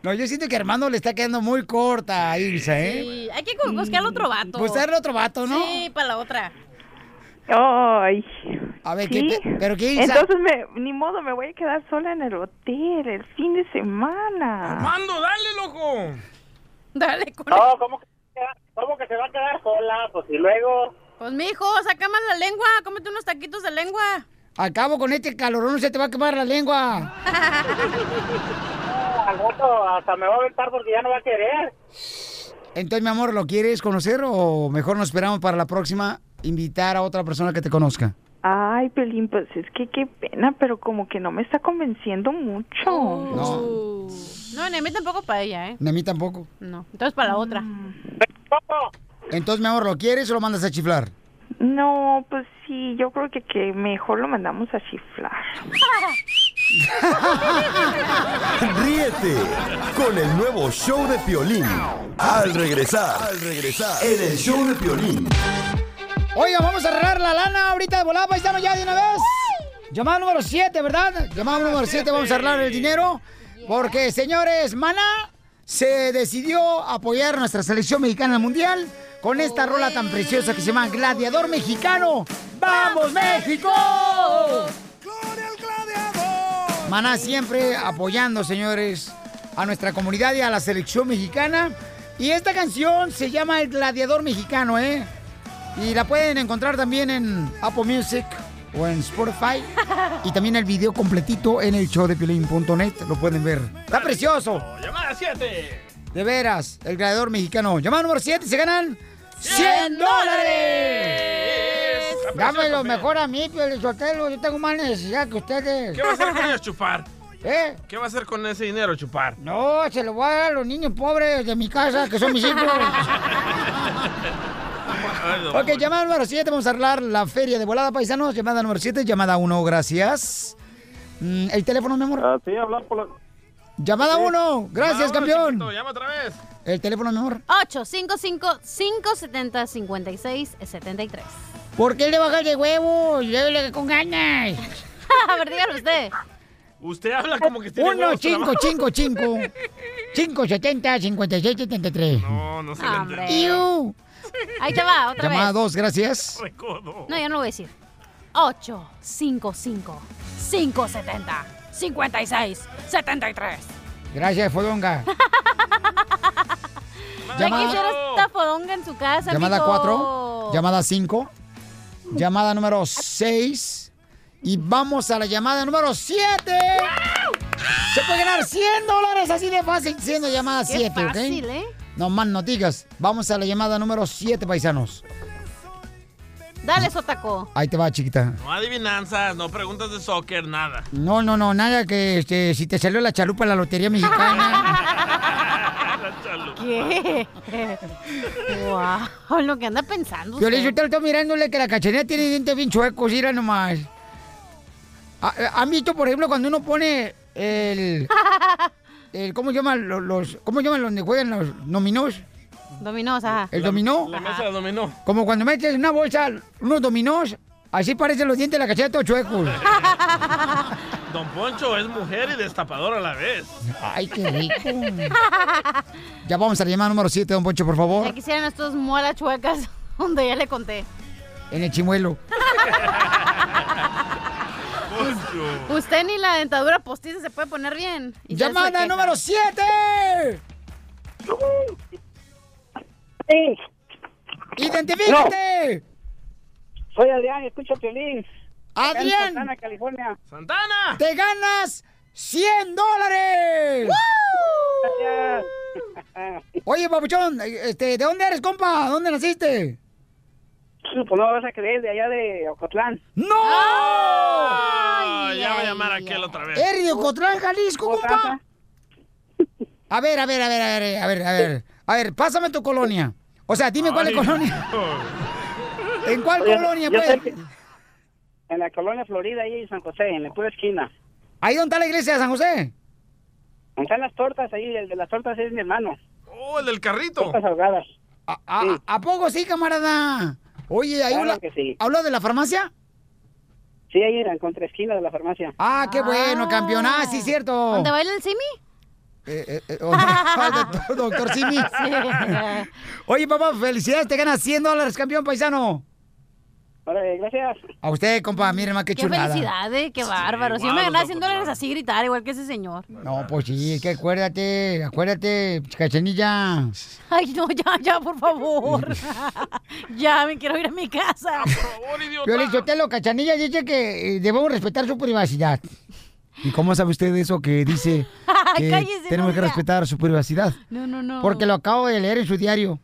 S1: No, yo siento que Armando le está quedando muy corta a Irsa, ¿eh?
S5: Sí, hay que cu- buscar otro vato.
S1: Buscarle Pues otro vato, ¿no?
S5: Sí, para la otra.
S20: Ay.
S1: A ver,
S20: ¿sí?
S1: ¿qué pe- pero qué Isa?
S20: Entonces, me, ni modo, me voy a quedar sola en el hotel el fin de semana.
S3: ¡Armando, dale, loco!
S5: Dale, con
S7: No, ¿cómo que, ¿cómo que se va a quedar sola? Pues y luego.
S5: Pues, mijo, saca más la lengua. Cómete unos taquitos de lengua.
S1: Acabo con este calorón, se te va a quemar la lengua.
S7: Al rato hasta me va a aventar porque ya no va a querer.
S1: Entonces, mi amor, ¿lo quieres conocer o mejor nos esperamos para la próxima invitar a otra persona que te conozca?
S20: Ay, Pelín, pues es que qué pena, pero como que no me está convenciendo mucho.
S5: Oh. No. No, ni a mí tampoco para ella, ¿eh?
S1: Ni a mí tampoco.
S5: No. Entonces, para la otra.
S3: Mm.
S1: Entonces, mi amor, ¿lo quieres o lo mandas a chiflar?
S20: No, pues sí, yo creo que, que mejor lo mandamos a chiflar.
S6: Ríete con el nuevo show de Piolín. Al regresar, al regresar, en el show de Piolín.
S1: Oiga, vamos a arreglar la lana ahorita de volada, paisano, ya de una vez. Llamada número 7, ¿verdad? Llamada número 7, vamos a arreglar el dinero. Porque, señores, Mana se decidió apoyar a nuestra selección mexicana al mundial con esta rola tan preciosa que se llama Gladiador Mexicano. ¡Vamos, México! Maná siempre apoyando, señores, a nuestra comunidad y a la selección mexicana. Y esta canción se llama El Gladiador Mexicano, ¿eh? Y la pueden encontrar también en Apple Music o en Spotify. Y también el video completito en el show de Piolín.net. Lo pueden ver. ¡Está precioso!
S3: ¡Llamada 7!
S1: De veras, el gladiador mexicano. Llamada número 7, se ganan 100 dólares. Dámelo mejor a mí, Piolín Sotelo. Yo tengo más necesidad que ustedes.
S3: ¿Qué va a hacer con ellos, chupar?
S1: ¿Eh?
S3: ¿Qué va a hacer con ese dinero, chupar?
S1: No, Oh, se lo voy a dar a los niños pobres de mi casa, que son mis hijos. ok, llamada número 7, vamos a arreglar la feria de volada, paisanos. Llamada número 7, llamada 1, gracias. Mm, ¿El teléfono, mi
S3: Ah,
S1: amor?
S9: Sí, hablar por la...
S1: Llamada 1, gracias, campeón.
S3: llama otra vez.
S1: ¿El teléfono, mi amor?
S5: 855-570-5673.
S1: ¿Por qué le bajas de huevo? Llévele con ganas.
S5: A ver, dígalo usted.
S3: Usted habla como que tiene
S1: Uno,
S3: huevos
S1: cinco,
S3: trabajados.
S1: cinco, cinco. 570 56 73.
S3: No, no se le
S5: Hombre.
S3: entendió.
S5: Ahí te va, otra
S1: Llamada
S5: vez.
S1: 2, gracias.
S3: Recodo.
S5: No, ya no lo voy a decir. 855-570-5673.
S1: Gracias, Fodonga.
S5: Ya
S1: Llamada-
S5: quisiera esta fodonga en su casa,
S1: Llamada
S5: mijo.
S1: 4, llamada 5, llamada número 6 y vamos a la llamada número 7. Se puede ganar 100 dólares así de fácil siendo llamada
S5: Qué
S1: 7, ¿ok?
S5: fácil, ¿eh?
S1: No más no digas. Vamos a la llamada número 7, paisanos.
S5: Dale, Sotaco.
S1: Ahí te va, chiquita.
S3: No adivinanzas, no preguntas de soccer, nada.
S1: No, no, no, nada que este, si te salió la chalupa en la Lotería Mexicana.
S5: ¿Qué? wow, lo que anda pensando
S1: Yo le
S5: usted.
S1: dije, estoy mirándole que la cachanilla tiene dientes bien chuecos, mira nomás. ¿Ha- ¿Han visto, por ejemplo, cuando uno pone el... el ¿Cómo llaman los, los- ¿Cómo llaman donde juegan los dominós?
S5: Dominós, ajá.
S1: ¿El dominó?
S3: La mesa dominó.
S1: Como cuando metes en una bolsa unos dominós Así parecen los dientes de la cacheta chuecos.
S3: Don Poncho es mujer y destapador a la vez.
S1: Ay, qué rico. Ya vamos a la llamada número 7, don Poncho, por favor.
S5: Ya quisieran estos muelas chuecas donde ya le conté.
S1: En el chimuelo.
S5: Usted ni la dentadura postiza se puede poner bien. Y ya se
S1: ¡Llamada
S5: queja.
S1: número 7! ¡Identifícate!
S21: Soy Adrián, escucho Piolín.
S1: Acá en Adrián.
S21: Santana, California.
S3: ¡Santana!
S1: ¡Te ganas 100 dólares! Oye, papuchón, este, ¿de dónde eres, compa? ¿Dónde naciste?
S21: Pues no vas a creer, de allá de Ocotlán.
S1: ¡No!
S3: Ay, ya va a llamar a aquel otra vez.
S1: ¿Eres de Ocotlán, Jalisco, compa? A ver, a ver, a ver, a ver, a ver, a ver. A ver, pásame tu colonia. O sea, dime cuál es
S21: Ay.
S1: colonia. ¿En cuál
S21: Oye,
S1: colonia,
S21: yo
S1: pues?
S21: sé que- En la colonia Florida, ahí en San José, en la pura esquina.
S1: ¿Ahí dónde está la iglesia de San José?
S21: Donde están las tortas, ahí, el de las tortas es mi hermano.
S3: ¡Oh, el del carrito!
S21: Tortas ahogadas.
S1: ¿A, a poco sí, camarada? Oye, ¿ahí
S21: Claro
S1: habla,
S21: que sí.
S1: ¿habló de la farmacia?
S21: Sí, ahí en la contraesquina de la farmacia.
S1: Ah, qué bueno, campeón. Ah, sí, cierto.
S5: ¿Dónde baila el simi?
S1: Eh, eh, eh, o- al doctor, doctor Simi.
S5: Sí.
S1: Oye, papá, felicidades, te ganas 100 dólares, campeón paisano.
S21: Órale, gracias.
S1: A usted, compa, miren más que
S5: Qué,
S1: chulada.
S5: felicidad, eh, qué bárbaro. si yo
S1: guau,
S5: me
S1: los
S5: ganara 100 dólares así gritar, igual que ese señor.
S1: No, pues sí, es que acuérdate, acuérdate, cachanilla.
S5: Ay, no, ya, ya, por favor. ya, me quiero ir a mi casa.
S1: Piolín Sotelo, cachanilla dice que eh, debemos respetar su privacidad. ¿Y cómo sabe usted eso que dice que
S5: Cállese,
S1: tenemos
S5: no
S1: que
S5: diga.
S1: respetar su privacidad?
S5: No, no, no.
S1: Porque lo acabo de leer en su diario.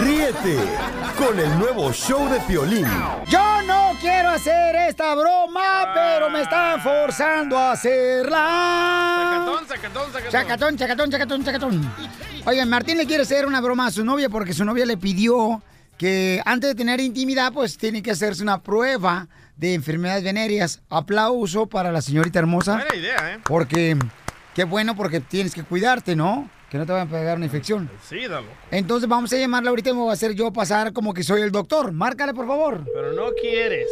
S6: Ríete con el nuevo show de Piolín.
S1: Yo no quiero hacer esta broma, pero me están forzando a hacerla.
S3: Ah. Sacatón, sacatón, sacatón.
S1: Chacatón, chacatón, chacatón, chacatón. Oigan, Martín le quiere hacer una broma a su novia porque su novia le pidió que antes de tener intimidad, pues tiene que hacerse una prueba de enfermedades venéreas. Aplauso para la señorita hermosa.
S3: Buena idea, ¿eh?
S1: Porque, qué bueno, porque tienes que cuidarte, ¿no? Que no te vayan a pegar una infección.
S3: Sí, dalo.
S1: Entonces vamos a llamarla ahorita y me voy a hacer yo pasar como que soy el doctor. Márcale, por favor.
S3: Pero no quieres.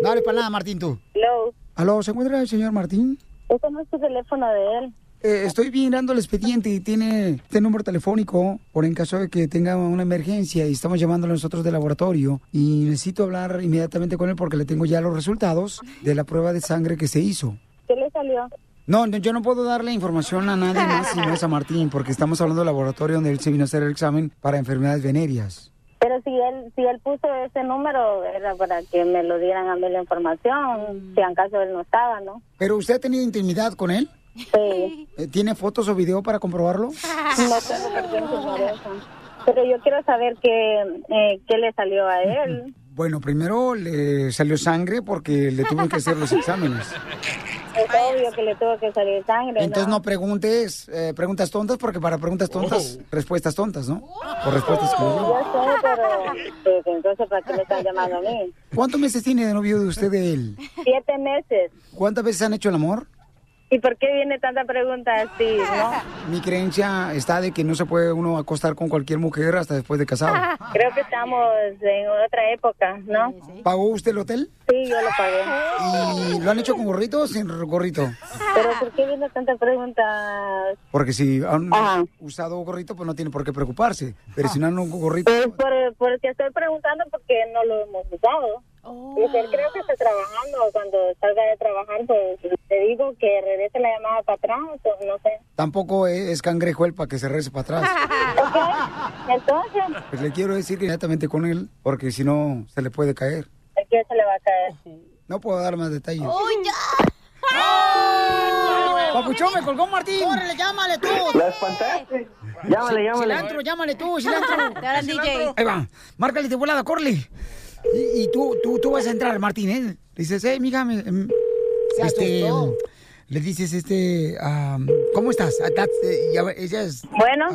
S1: No hables para nada, Martín, tú.
S22: Hello.
S1: Aló, ¿se encuentra el señor Martín?
S22: Este no es tu teléfono de él.
S1: Eh, estoy mirando el expediente y tiene este número telefónico por en caso de que tenga una emergencia y estamos llamándolo nosotros del laboratorio y necesito hablar inmediatamente con él porque le tengo ya los resultados de la prueba de sangre que se hizo.
S22: ¿Qué le salió?
S1: No, no, yo no puedo darle información a nadie más sino es a Martín porque estamos hablando del laboratorio donde él se vino a hacer el examen para enfermedades venéreas.
S22: Pero si él, si él puso ese número era para que me lo dieran a mí la información, si en caso él no estaba, ¿no?
S1: ¿Pero usted ha tenido intimidad con él?
S22: Sí.
S1: Eh, ¿Tiene fotos o video para
S22: No
S1: comprobarlo?
S22: tengo por qué enseñar eso. Pero yo quiero saber qué, eh, qué le salió a él.
S1: Bueno, primero le salió sangre porque le tuve que hacer los exámenes.
S22: Es obvio que le tuvo que salir sangre.
S1: Entonces no preguntes eh, preguntas tontas porque para preguntas tontas,
S22: Oh.
S1: respuestas tontas, ¿no? O respuestas que no
S22: Yo
S1: llevan.
S22: sé, pero pues, entonces ¿para qué me están llamando a mí?
S1: ¿Cuántos meses tiene de novio de usted de él?
S22: Siete meses.
S1: ¿Cuántas veces han hecho el amor?
S22: ¿Y por qué viene tanta pregunta así, no?
S1: Mi creencia está de que no se puede uno acostar con cualquier mujer hasta después de casado.
S22: Creo que estamos en otra época, ¿no?
S1: ¿Pagó usted el hotel?
S22: Sí, yo lo pagué.
S1: ¿Y lo han hecho con gorrito o sin gorrito?
S22: Pero ¿por qué viene tanta pregunta?
S1: Porque si han usado gorrito, pues no tiene por qué preocuparse. Pero si no han un gorrito...
S22: Pues por, porque estoy preguntando porque no lo hemos usado. Y él creo que está trabajando. Cuando salga de trabajar, pues te digo que regrese la llamada para atrás, o no sé.
S1: Tampoco e-, es cangrejo el para que se rece para atrás.
S22: Ok, entonces,
S1: Pues le quiero decir que inmediatamente con él, porque si no, se le puede caer.
S22: ¿a quién se le va a caer?
S1: No puedo dar más detalles.
S22: ya!
S1: Papuchón, me colgó Martín. Órale, llámale tú.
S22: La
S1: espantaste.
S22: Llámale, llámale.
S1: Cilantro, llámale tú, cilantro.
S5: Te hablan, DJ.
S1: Ahí va. Márcale de volada, córrele. Y, y tú, tú, tú vas a entrar, Martín, ¿eh? Le dices, eh, mija, me- em, este,
S23: Se asustó.
S1: le dices, este, am, ¿cómo estás? Ah, that's, eh, ya, ella es...
S22: Bueno.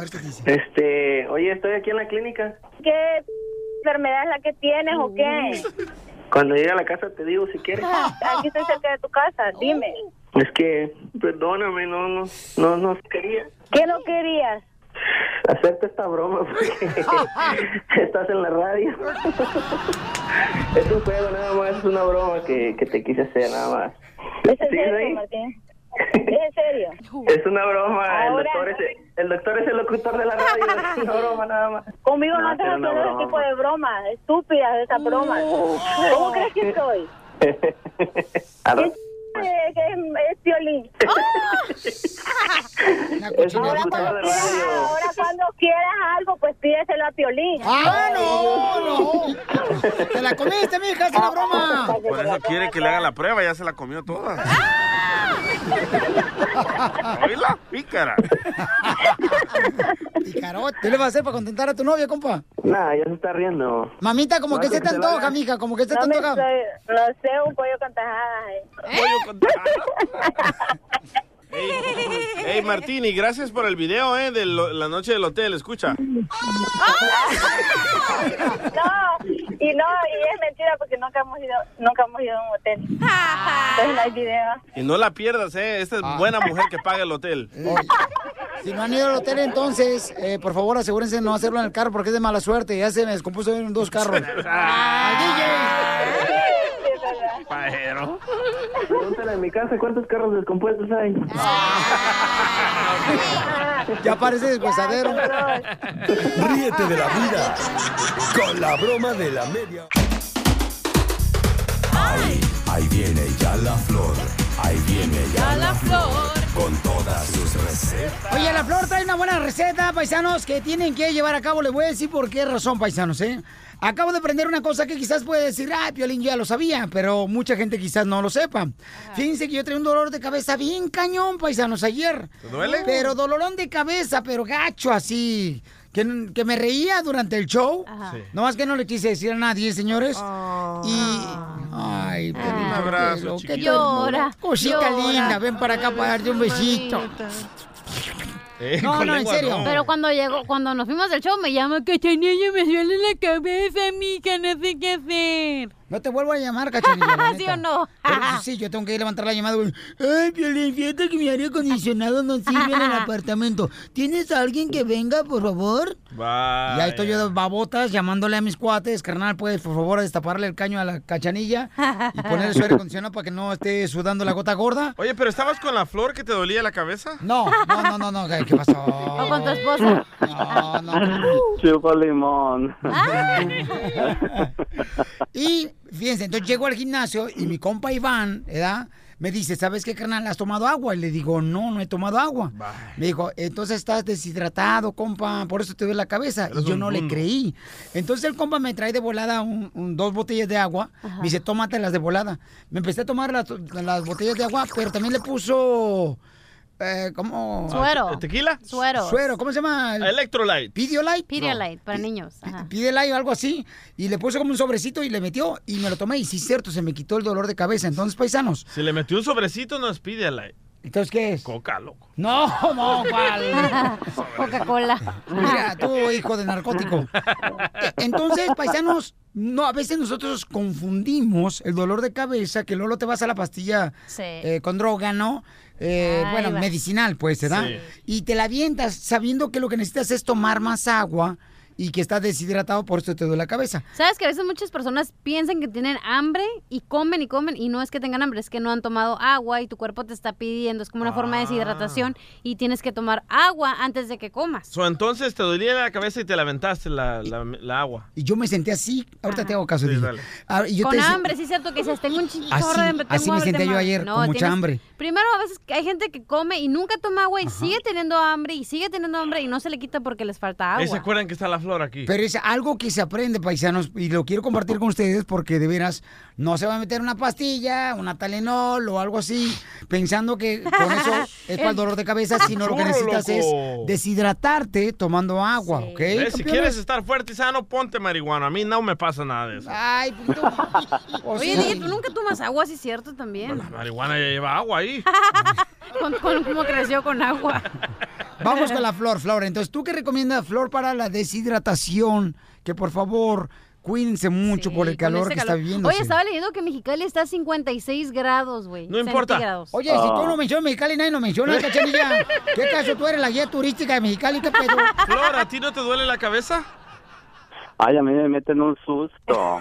S18: Este, oye, estoy aquí en la clínica.
S22: ¿Qué enfermedad es la que tienes o qué?
S18: Cuando llegue a la casa te digo si quieres.
S22: Aquí estoy cerca de tu casa, dime.
S18: Es que, perdóname, no, no, no, no quería.
S22: ¿Qué no querías?
S18: Acepta esta broma porque estás en la radio. es un juego nada más, es una broma que, que te quise hacer nada más.
S22: ¿Es
S18: ¿Sigues
S22: en serio,
S18: ahí?
S22: Martín? ¿Es en serio?
S18: Es una broma, el
S22: Ahora-
S18: doctor es el, el doctor es el locutor de la radio, es una broma nada más.
S22: Conmigo no
S18: No,
S22: estás
S18: era una
S22: haciendo ese
S18: broma.
S22: tipo de bromas, estúpidas esas bromas. ¿Cómo crees que soy?
S18: A ver,
S22: Eh, que es, es violín.
S18: Es un locutor de radio.
S22: Ahora cuando quieras algo, pues pídeselo a Piolín.
S1: ¡Ah, no! ¡Te la comiste, mija! ¡Es una broma!
S3: Por eso quiere que le haga la prueba, ya se la comió toda. Oíla, pícara.
S1: Picarot. ¿Qué le vas a hacer para contentar a tu novia, compa?
S18: Nah, ya se está riendo.
S1: Mamita, como
S18: No,
S1: que
S18: que
S1: se te
S18: se la
S1: antoja,
S18: hagan.
S1: mija, como que se te
S22: No, me,
S1: antoja.
S22: soy, no sé, un pollo con tajadas. eh.
S3: Hey, Martini, gracias por el video, ¿eh? De lo- la noche del hotel, escucha.
S22: No, y no, y es mentira porque nunca hemos ido, nunca hemos ido a un hotel. Entonces no hay video.
S3: Y no la pierdas, ¿eh? Esta es
S1: Ah.
S3: buena mujer que paga el hotel.
S1: Si no han ido al hotel, entonces, eh, por favor, asegúrense de no hacerlo en el carro porque es de mala suerte. Ya se me descompuso en dos carros.
S3: Pajero.
S18: Pregúntale en mi casa cuántos carros descompuestos hay.
S1: ya parece desgüezadero.
S6: Ríete de la vida con la broma de la media. Ay, ahí viene ya la flor. Ahí viene ya la flor. Con todas sus recetas.
S1: Oye, la flor trae una buena receta, paisanos, que tienen que llevar a cabo. Les voy a decir por qué razón, paisanos, ¿eh? Acabo de aprender una cosa que quizás puede decir, ah, Piolín, yo ya lo sabía, pero mucha gente quizás no lo sepa. Fíjense que yo traía un dolor de cabeza bien cañón, paisanos, ayer.
S3: ¿Te duele?
S1: Pero dolorón de cabeza, pero gacho así. Que, que me reía durante el show.
S3: Sí. Ah.
S1: No más que no le quise decir a nadie, señores. Y. Ay, Piolín,
S3: abrazo,
S1: qué
S3: chiquito.
S1: ternura.
S3: Llora,
S1: Cosita
S3: llora.
S1: linda, ven para acá para darte un besito.
S3: Eh,
S1: No,
S3: con
S1: no, en
S3: lengua
S1: serio.
S3: no.
S5: Pero cuando llegó, cuando nos fuimos del show, me llama que yo me duele la cabeza, mija, no sé qué hacer.
S1: No te vuelvo a llamar, cachanilla. la
S5: ¿Sí
S1: neta.
S5: o no?
S1: Pero eso sí, yo tengo que levantar la llamada. güey. Ay, Piolín, fíjate que mi aire acondicionado no sirve en el apartamento. ¿Tienes a alguien que venga, por favor? Y ahí estoy yo de babotas llamándole a mis cuates. Carnal, puedes, por favor, destaparle el caño a la cachanilla y ponerle su aire acondicionado para que no esté sudando la gota gorda.
S3: Oye, pero ¿estabas con la flor que te dolía la cabeza?
S1: No, no, no, no, no. ¿Qué qué pasó?
S5: O con tu esposa.
S18: Chupa limón.
S1: Y fíjense, entonces llego al gimnasio y mi compa Iván, ¿verdad? Me dice, ¿sabes qué, carnal? ¿Has tomado agua? Y le digo, no, no he tomado agua. Me dijo, entonces estás deshidratado, compa, por eso te duele la cabeza.
S3: Eres
S1: y yo
S3: un
S1: no le
S3: mundo.
S1: creí. Entonces el compa me trae de volada un- un- dos botellas de agua.
S5: Ajá.
S1: Me dice, tómatelas de volada. Me empecé a tomar las, las botellas de agua, pero también le puso... Eh, ¿Cómo?
S5: Suero.
S1: ¿Te-
S3: ¿Tequila? Ah,
S5: Suero.
S1: Suero, ¿cómo se llama?
S3: Electrolyte.
S1: Pidiolyte.
S5: Pedialyte, para niños. Ajá.
S1: Pídela o algo así. Y le puso como un sobrecito y le metió y me lo tomé. Y sí, cierto, se me quitó el dolor de cabeza. Entonces, paisanos.
S3: Si le metió un sobrecito, no es pídela.
S1: ¿Entonces qué es?
S3: Coca, loco.
S1: No, no, vale.
S5: Coca-Cola.
S1: Mira, tú, hijo de narcótico. E- Entonces, paisanos, no, a veces nosotros confundimos el dolor de cabeza, que luego te vas a la pastilla
S5: Sí.
S1: eh, con droga, ¿no? Eh,
S5: Ahí
S1: bueno,
S5: va.
S1: medicinal, pues, se da.
S5: Sí.
S1: Y te la avientas sabiendo que lo que necesitas es tomar más agua y que estás deshidratado, por eso te duele la cabeza.
S5: ¿Sabes que a veces muchas personas piensan que tienen hambre y comen y comen y no es que tengan hambre, es que no han tomado agua y tu cuerpo te está pidiendo, es como una forma de deshidratación
S1: Ah.
S5: y tienes que tomar agua antes de que comas.
S3: So, entonces te dolía la cabeza y te la aventaste la, la- la agua.
S1: Y yo me sentí así. Ahorita te hago caso. DJ. Ah, y yo
S5: con
S1: te decía-
S5: hambre, sí es cierto que dices, tengo un chinchorro
S1: Así-
S5: de hambre.
S1: así me
S5: tengo hambre,
S1: sentía
S5: tengo
S1: yo
S5: hambre".
S1: ayer, con mucha hambre.
S5: Primero, a veces hay gente que come y nunca toma agua y sigue teniendo hambre y sigue teniendo hambre y no se le quita porque les falta agua.
S3: Ahí se acuerdan que está la flor aquí.
S1: Pero es algo que se aprende, paisanos, y lo quiero compartir con ustedes porque de veras no se va a meter una pastilla, una Talenol o algo así, pensando que con eso es para el dolor de cabeza, sino lo que
S3: Churro,
S1: necesitas
S3: loco.
S1: es deshidratarte tomando agua, ¿ok?
S3: ¿Ves? Si
S1: campeones?
S3: quieres estar fuerte y sano, ponte marihuana. A mí no me pasa nada de eso.
S1: Ay, pues tú-
S5: Oye, dije, tú nunca tomas agua, sí es cierto también.
S3: La marihuana ya lleva agua ahí.
S5: Con, con- como creció con agua.
S1: Vamos con la flor, Flor. Entonces, ¿tú qué recomiendas, Flor, para la deshidratación? Que por favor, Cuídense mucho por el calor que está viviendo.
S5: este Oye, estaba leyendo que Mexicali está a 56 grados, güey. centígrados.
S1: Oye, si tú
S3: Ah.
S1: no mencionas Mexicali, nadie lo menciona, cachanilla. ¿Qué caso tú eres la guía turística de Mexicali? ¿Qué pedo?
S3: Flor, ¿a ti no te duele la cabeza?
S13: Ay, a mí me meten un susto.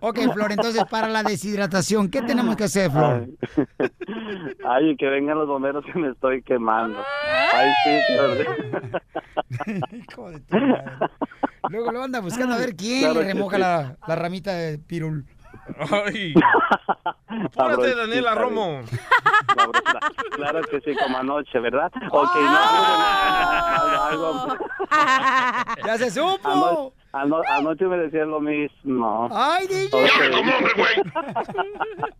S1: Ok, Flor, entonces para la deshidratación, ¿qué tenemos que hacer, Flor?
S13: Ay, que vengan los bomberos que me estoy quemando. Ay, sí, pero-
S1: Luego lo anda buscando a ver quién
S13: Claro
S1: le
S13: que
S1: remoja
S13: sí.
S1: la, la ramita de pirul.
S3: Ay.
S13: Apúrate,
S3: Daniela Romo.
S13: Claro que sí, como anoche, ¿verdad? Ok, no, algo, algo- ¡Ah!
S1: ¡Ya se supo!
S13: Ano- ano- anoche me decían lo mismo.
S1: ¡Ay, DJ!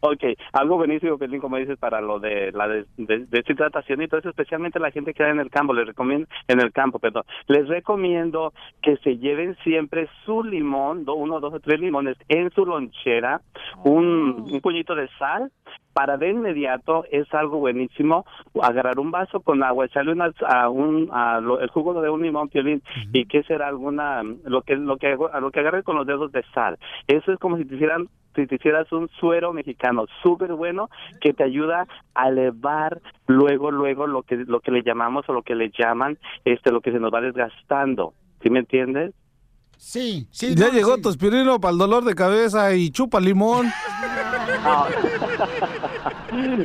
S13: Ok, algo buenísimo, Pelín, como dices, para lo de la des- des- deshidratación y todo eso, especialmente la gente que está en el campo, les recomiendo, en el campo, perdón, les recomiendo que se lleven siempre su limón, do- uno, dos o tres limones en su lonchera, un, un puñito de sal, para de inmediato es algo buenísimo agarrar un vaso con agua, echarle una, a un, a lo- el jugo de un limón, Piolín, y que será alguna, lo que, lo que, a lo que agarre con los dedos de sal. Eso es como si te hicieran si te hicieras un suero mexicano súper bueno que te ayuda a elevar luego luego lo que lo que le llamamos o lo que le llaman este lo que se nos va desgastando ¿sí me entiendes?
S1: Sí,
S2: ya llegó tu aspirino para el dolor de cabeza y chupa limón.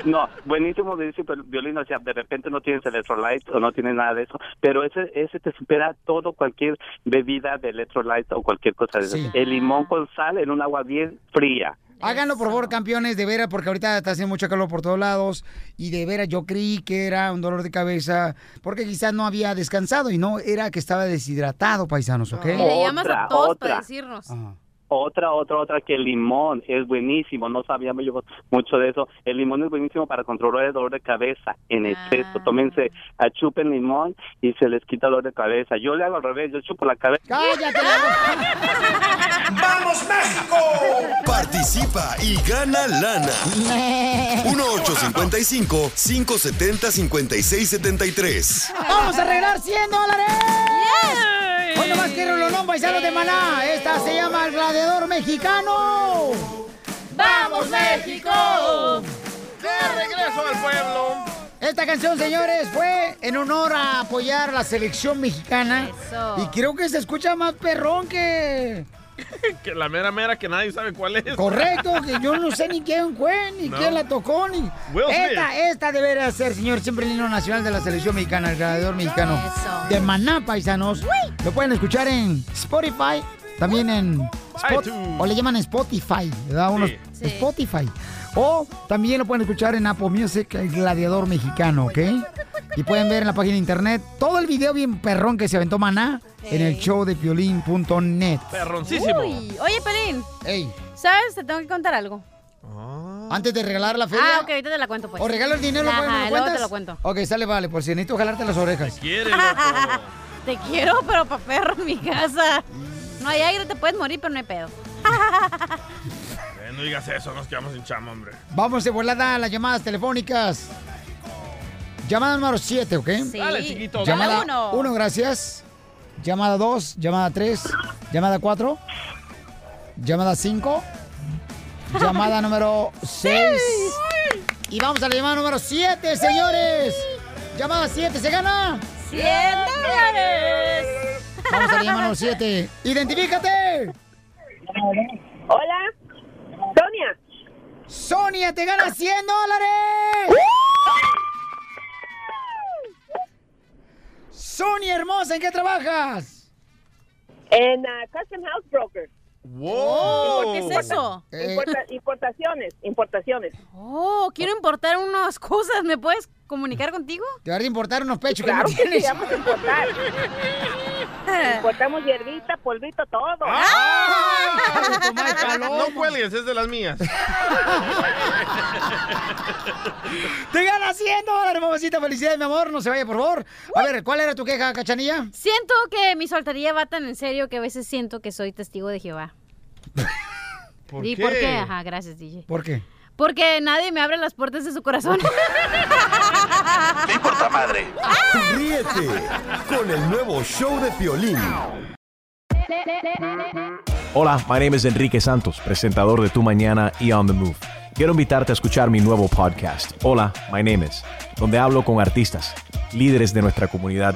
S13: No, buenísimo, dice pero violín, o sea, de repente no tienes electrolyte o no tienes nada de eso, pero ese ese te supera todo cualquier bebida de electrolyte o cualquier cosa de eso. El limón con sal en un agua bien fría.
S1: Háganlo, por favor, campeones, de veras, porque ahorita está haciendo mucho calor por todos lados. Y de veras, yo creí que era un dolor de cabeza, porque quizás no había descansado y no, era que estaba deshidratado, paisanos, ¿ok?
S5: Y le llamas
S13: Otra,
S5: a todos
S13: otra.
S5: para decirnos.
S13: Otra, otra, otra que el limón es buenísimo, no sabíamos yo mucho de eso. El limón es buenísimo para controlar el dolor de cabeza en exceso. Tómense, a chupen limón y se les quita el dolor de cabeza. Yo le hago al revés, yo chupo la cabeza.
S1: ¡Cállate!
S6: ¡Vamos, México!
S13: Participa
S6: Y gana lana. 1-855-570-5673.
S1: ¡Vamos a arreglar 100 dólares! Hoy nomás quiero el olón paisanos de Maná. Esta se llama El Gladiador Mexicano.
S3: ¡Vamos, México! ¡De regreso al pueblo!
S1: Esta canción, señores, fue en honor a apoyar la selección mexicana.
S3: Eso.
S1: Y creo que se escucha más perrón que...
S3: Que la mera mera que nadie sabe cuál es.
S1: Correcto, que yo no sé ni quién fue, ni
S3: No.
S1: quién la tocó, ni...
S3: Will Smith.
S1: Esta, esta debería ser, señor, siempre el himno nacional de la selección mexicana, el gladiador mexicano. De Maná, paisanos. Lo pueden escuchar en Spotify, también en... Spot-
S3: iTunes.
S1: o le llaman Spotify, ¿verdad? Unos- Spotify. O también lo pueden escuchar en Apple Music, el gladiador mexicano, ¿ok? Y pueden ver en la página de internet todo el video bien perrón que se aventó Maná en el show de piolín.net.
S3: Perroncísimo.
S5: Uy, oye, Pelín.
S1: Ey.
S5: ¿Sabes? Te tengo que contar algo.
S1: Antes de regalar la feria.
S5: Ah, ok, ahorita te la cuento, pues.
S1: ¿O regalo el dinero?
S5: Ajá,
S1: pues, ¿me lo
S5: luego
S1: cuentas?
S5: te lo cuento.
S1: Ok, sale, vale, por si necesito jalarte las orejas.
S5: Te quiero, pero pa' perro en mi casa. No hay aire, te puedes morir, pero no hay pedo.
S3: Eh, no digas eso, nos quedamos sin chamba, hombre.
S1: Vamos de volada a las llamadas telefónicas. Llamada número 7, ¿ok?
S3: Sí. Dale, chiquito.
S1: Llamada
S3: Cada
S1: 1.
S3: uno.
S1: gracias. Llamada 2, llamada 3, llamada 4, llamada 5, llamada número 6. Y vamos a la llamada número 7, señores. Llamada 7, ¿se gana?
S5: 100 dólares.
S1: Vamos a la llamada número 7. ¡Identifícate!
S21: Hola, Sonia.
S1: Sonia, te gana 100 dólares. Sonia hermosa, ¿en qué trabajas?
S21: En ah, Custom House Broker.
S3: ¡Wow!
S5: ¿Por Oh, qué es eso?
S1: Eh.
S5: Eh.
S21: Importa- importaciones, importaciones.
S5: Oh, quiero importar unas cosas. ¿Me puedes comunicar contigo?
S1: Te van a importar unos pechos
S21: Claro
S1: que no
S21: que sí,
S1: tienes.
S21: vamos a importar. Importamos hierbita, polvito, todo.
S1: Ah,
S3: No cuelgues, es de las mías.
S1: ¡Te gana 100 dólares, mamacita! ¡Felicidades, mi amor! No se vaya, por favor. A ver, ¿cuál era tu queja, cachanilla?
S5: Siento que mi soltería va tan en serio que a veces siento que soy testigo de Jehová. ¿Y por qué? Ajá, gracias, DJ.
S1: ¿Por qué?
S5: Porque nadie me abre las puertas de su corazón.
S6: No importa madre. Ríete con el nuevo show de Piolín.
S24: Hola, my name is Enrique Santos, presentador de Tu Mañana y On the Move. Quiero invitarte a escuchar mi nuevo podcast, Hola, my name is, donde hablo con artistas, líderes de nuestra comunidad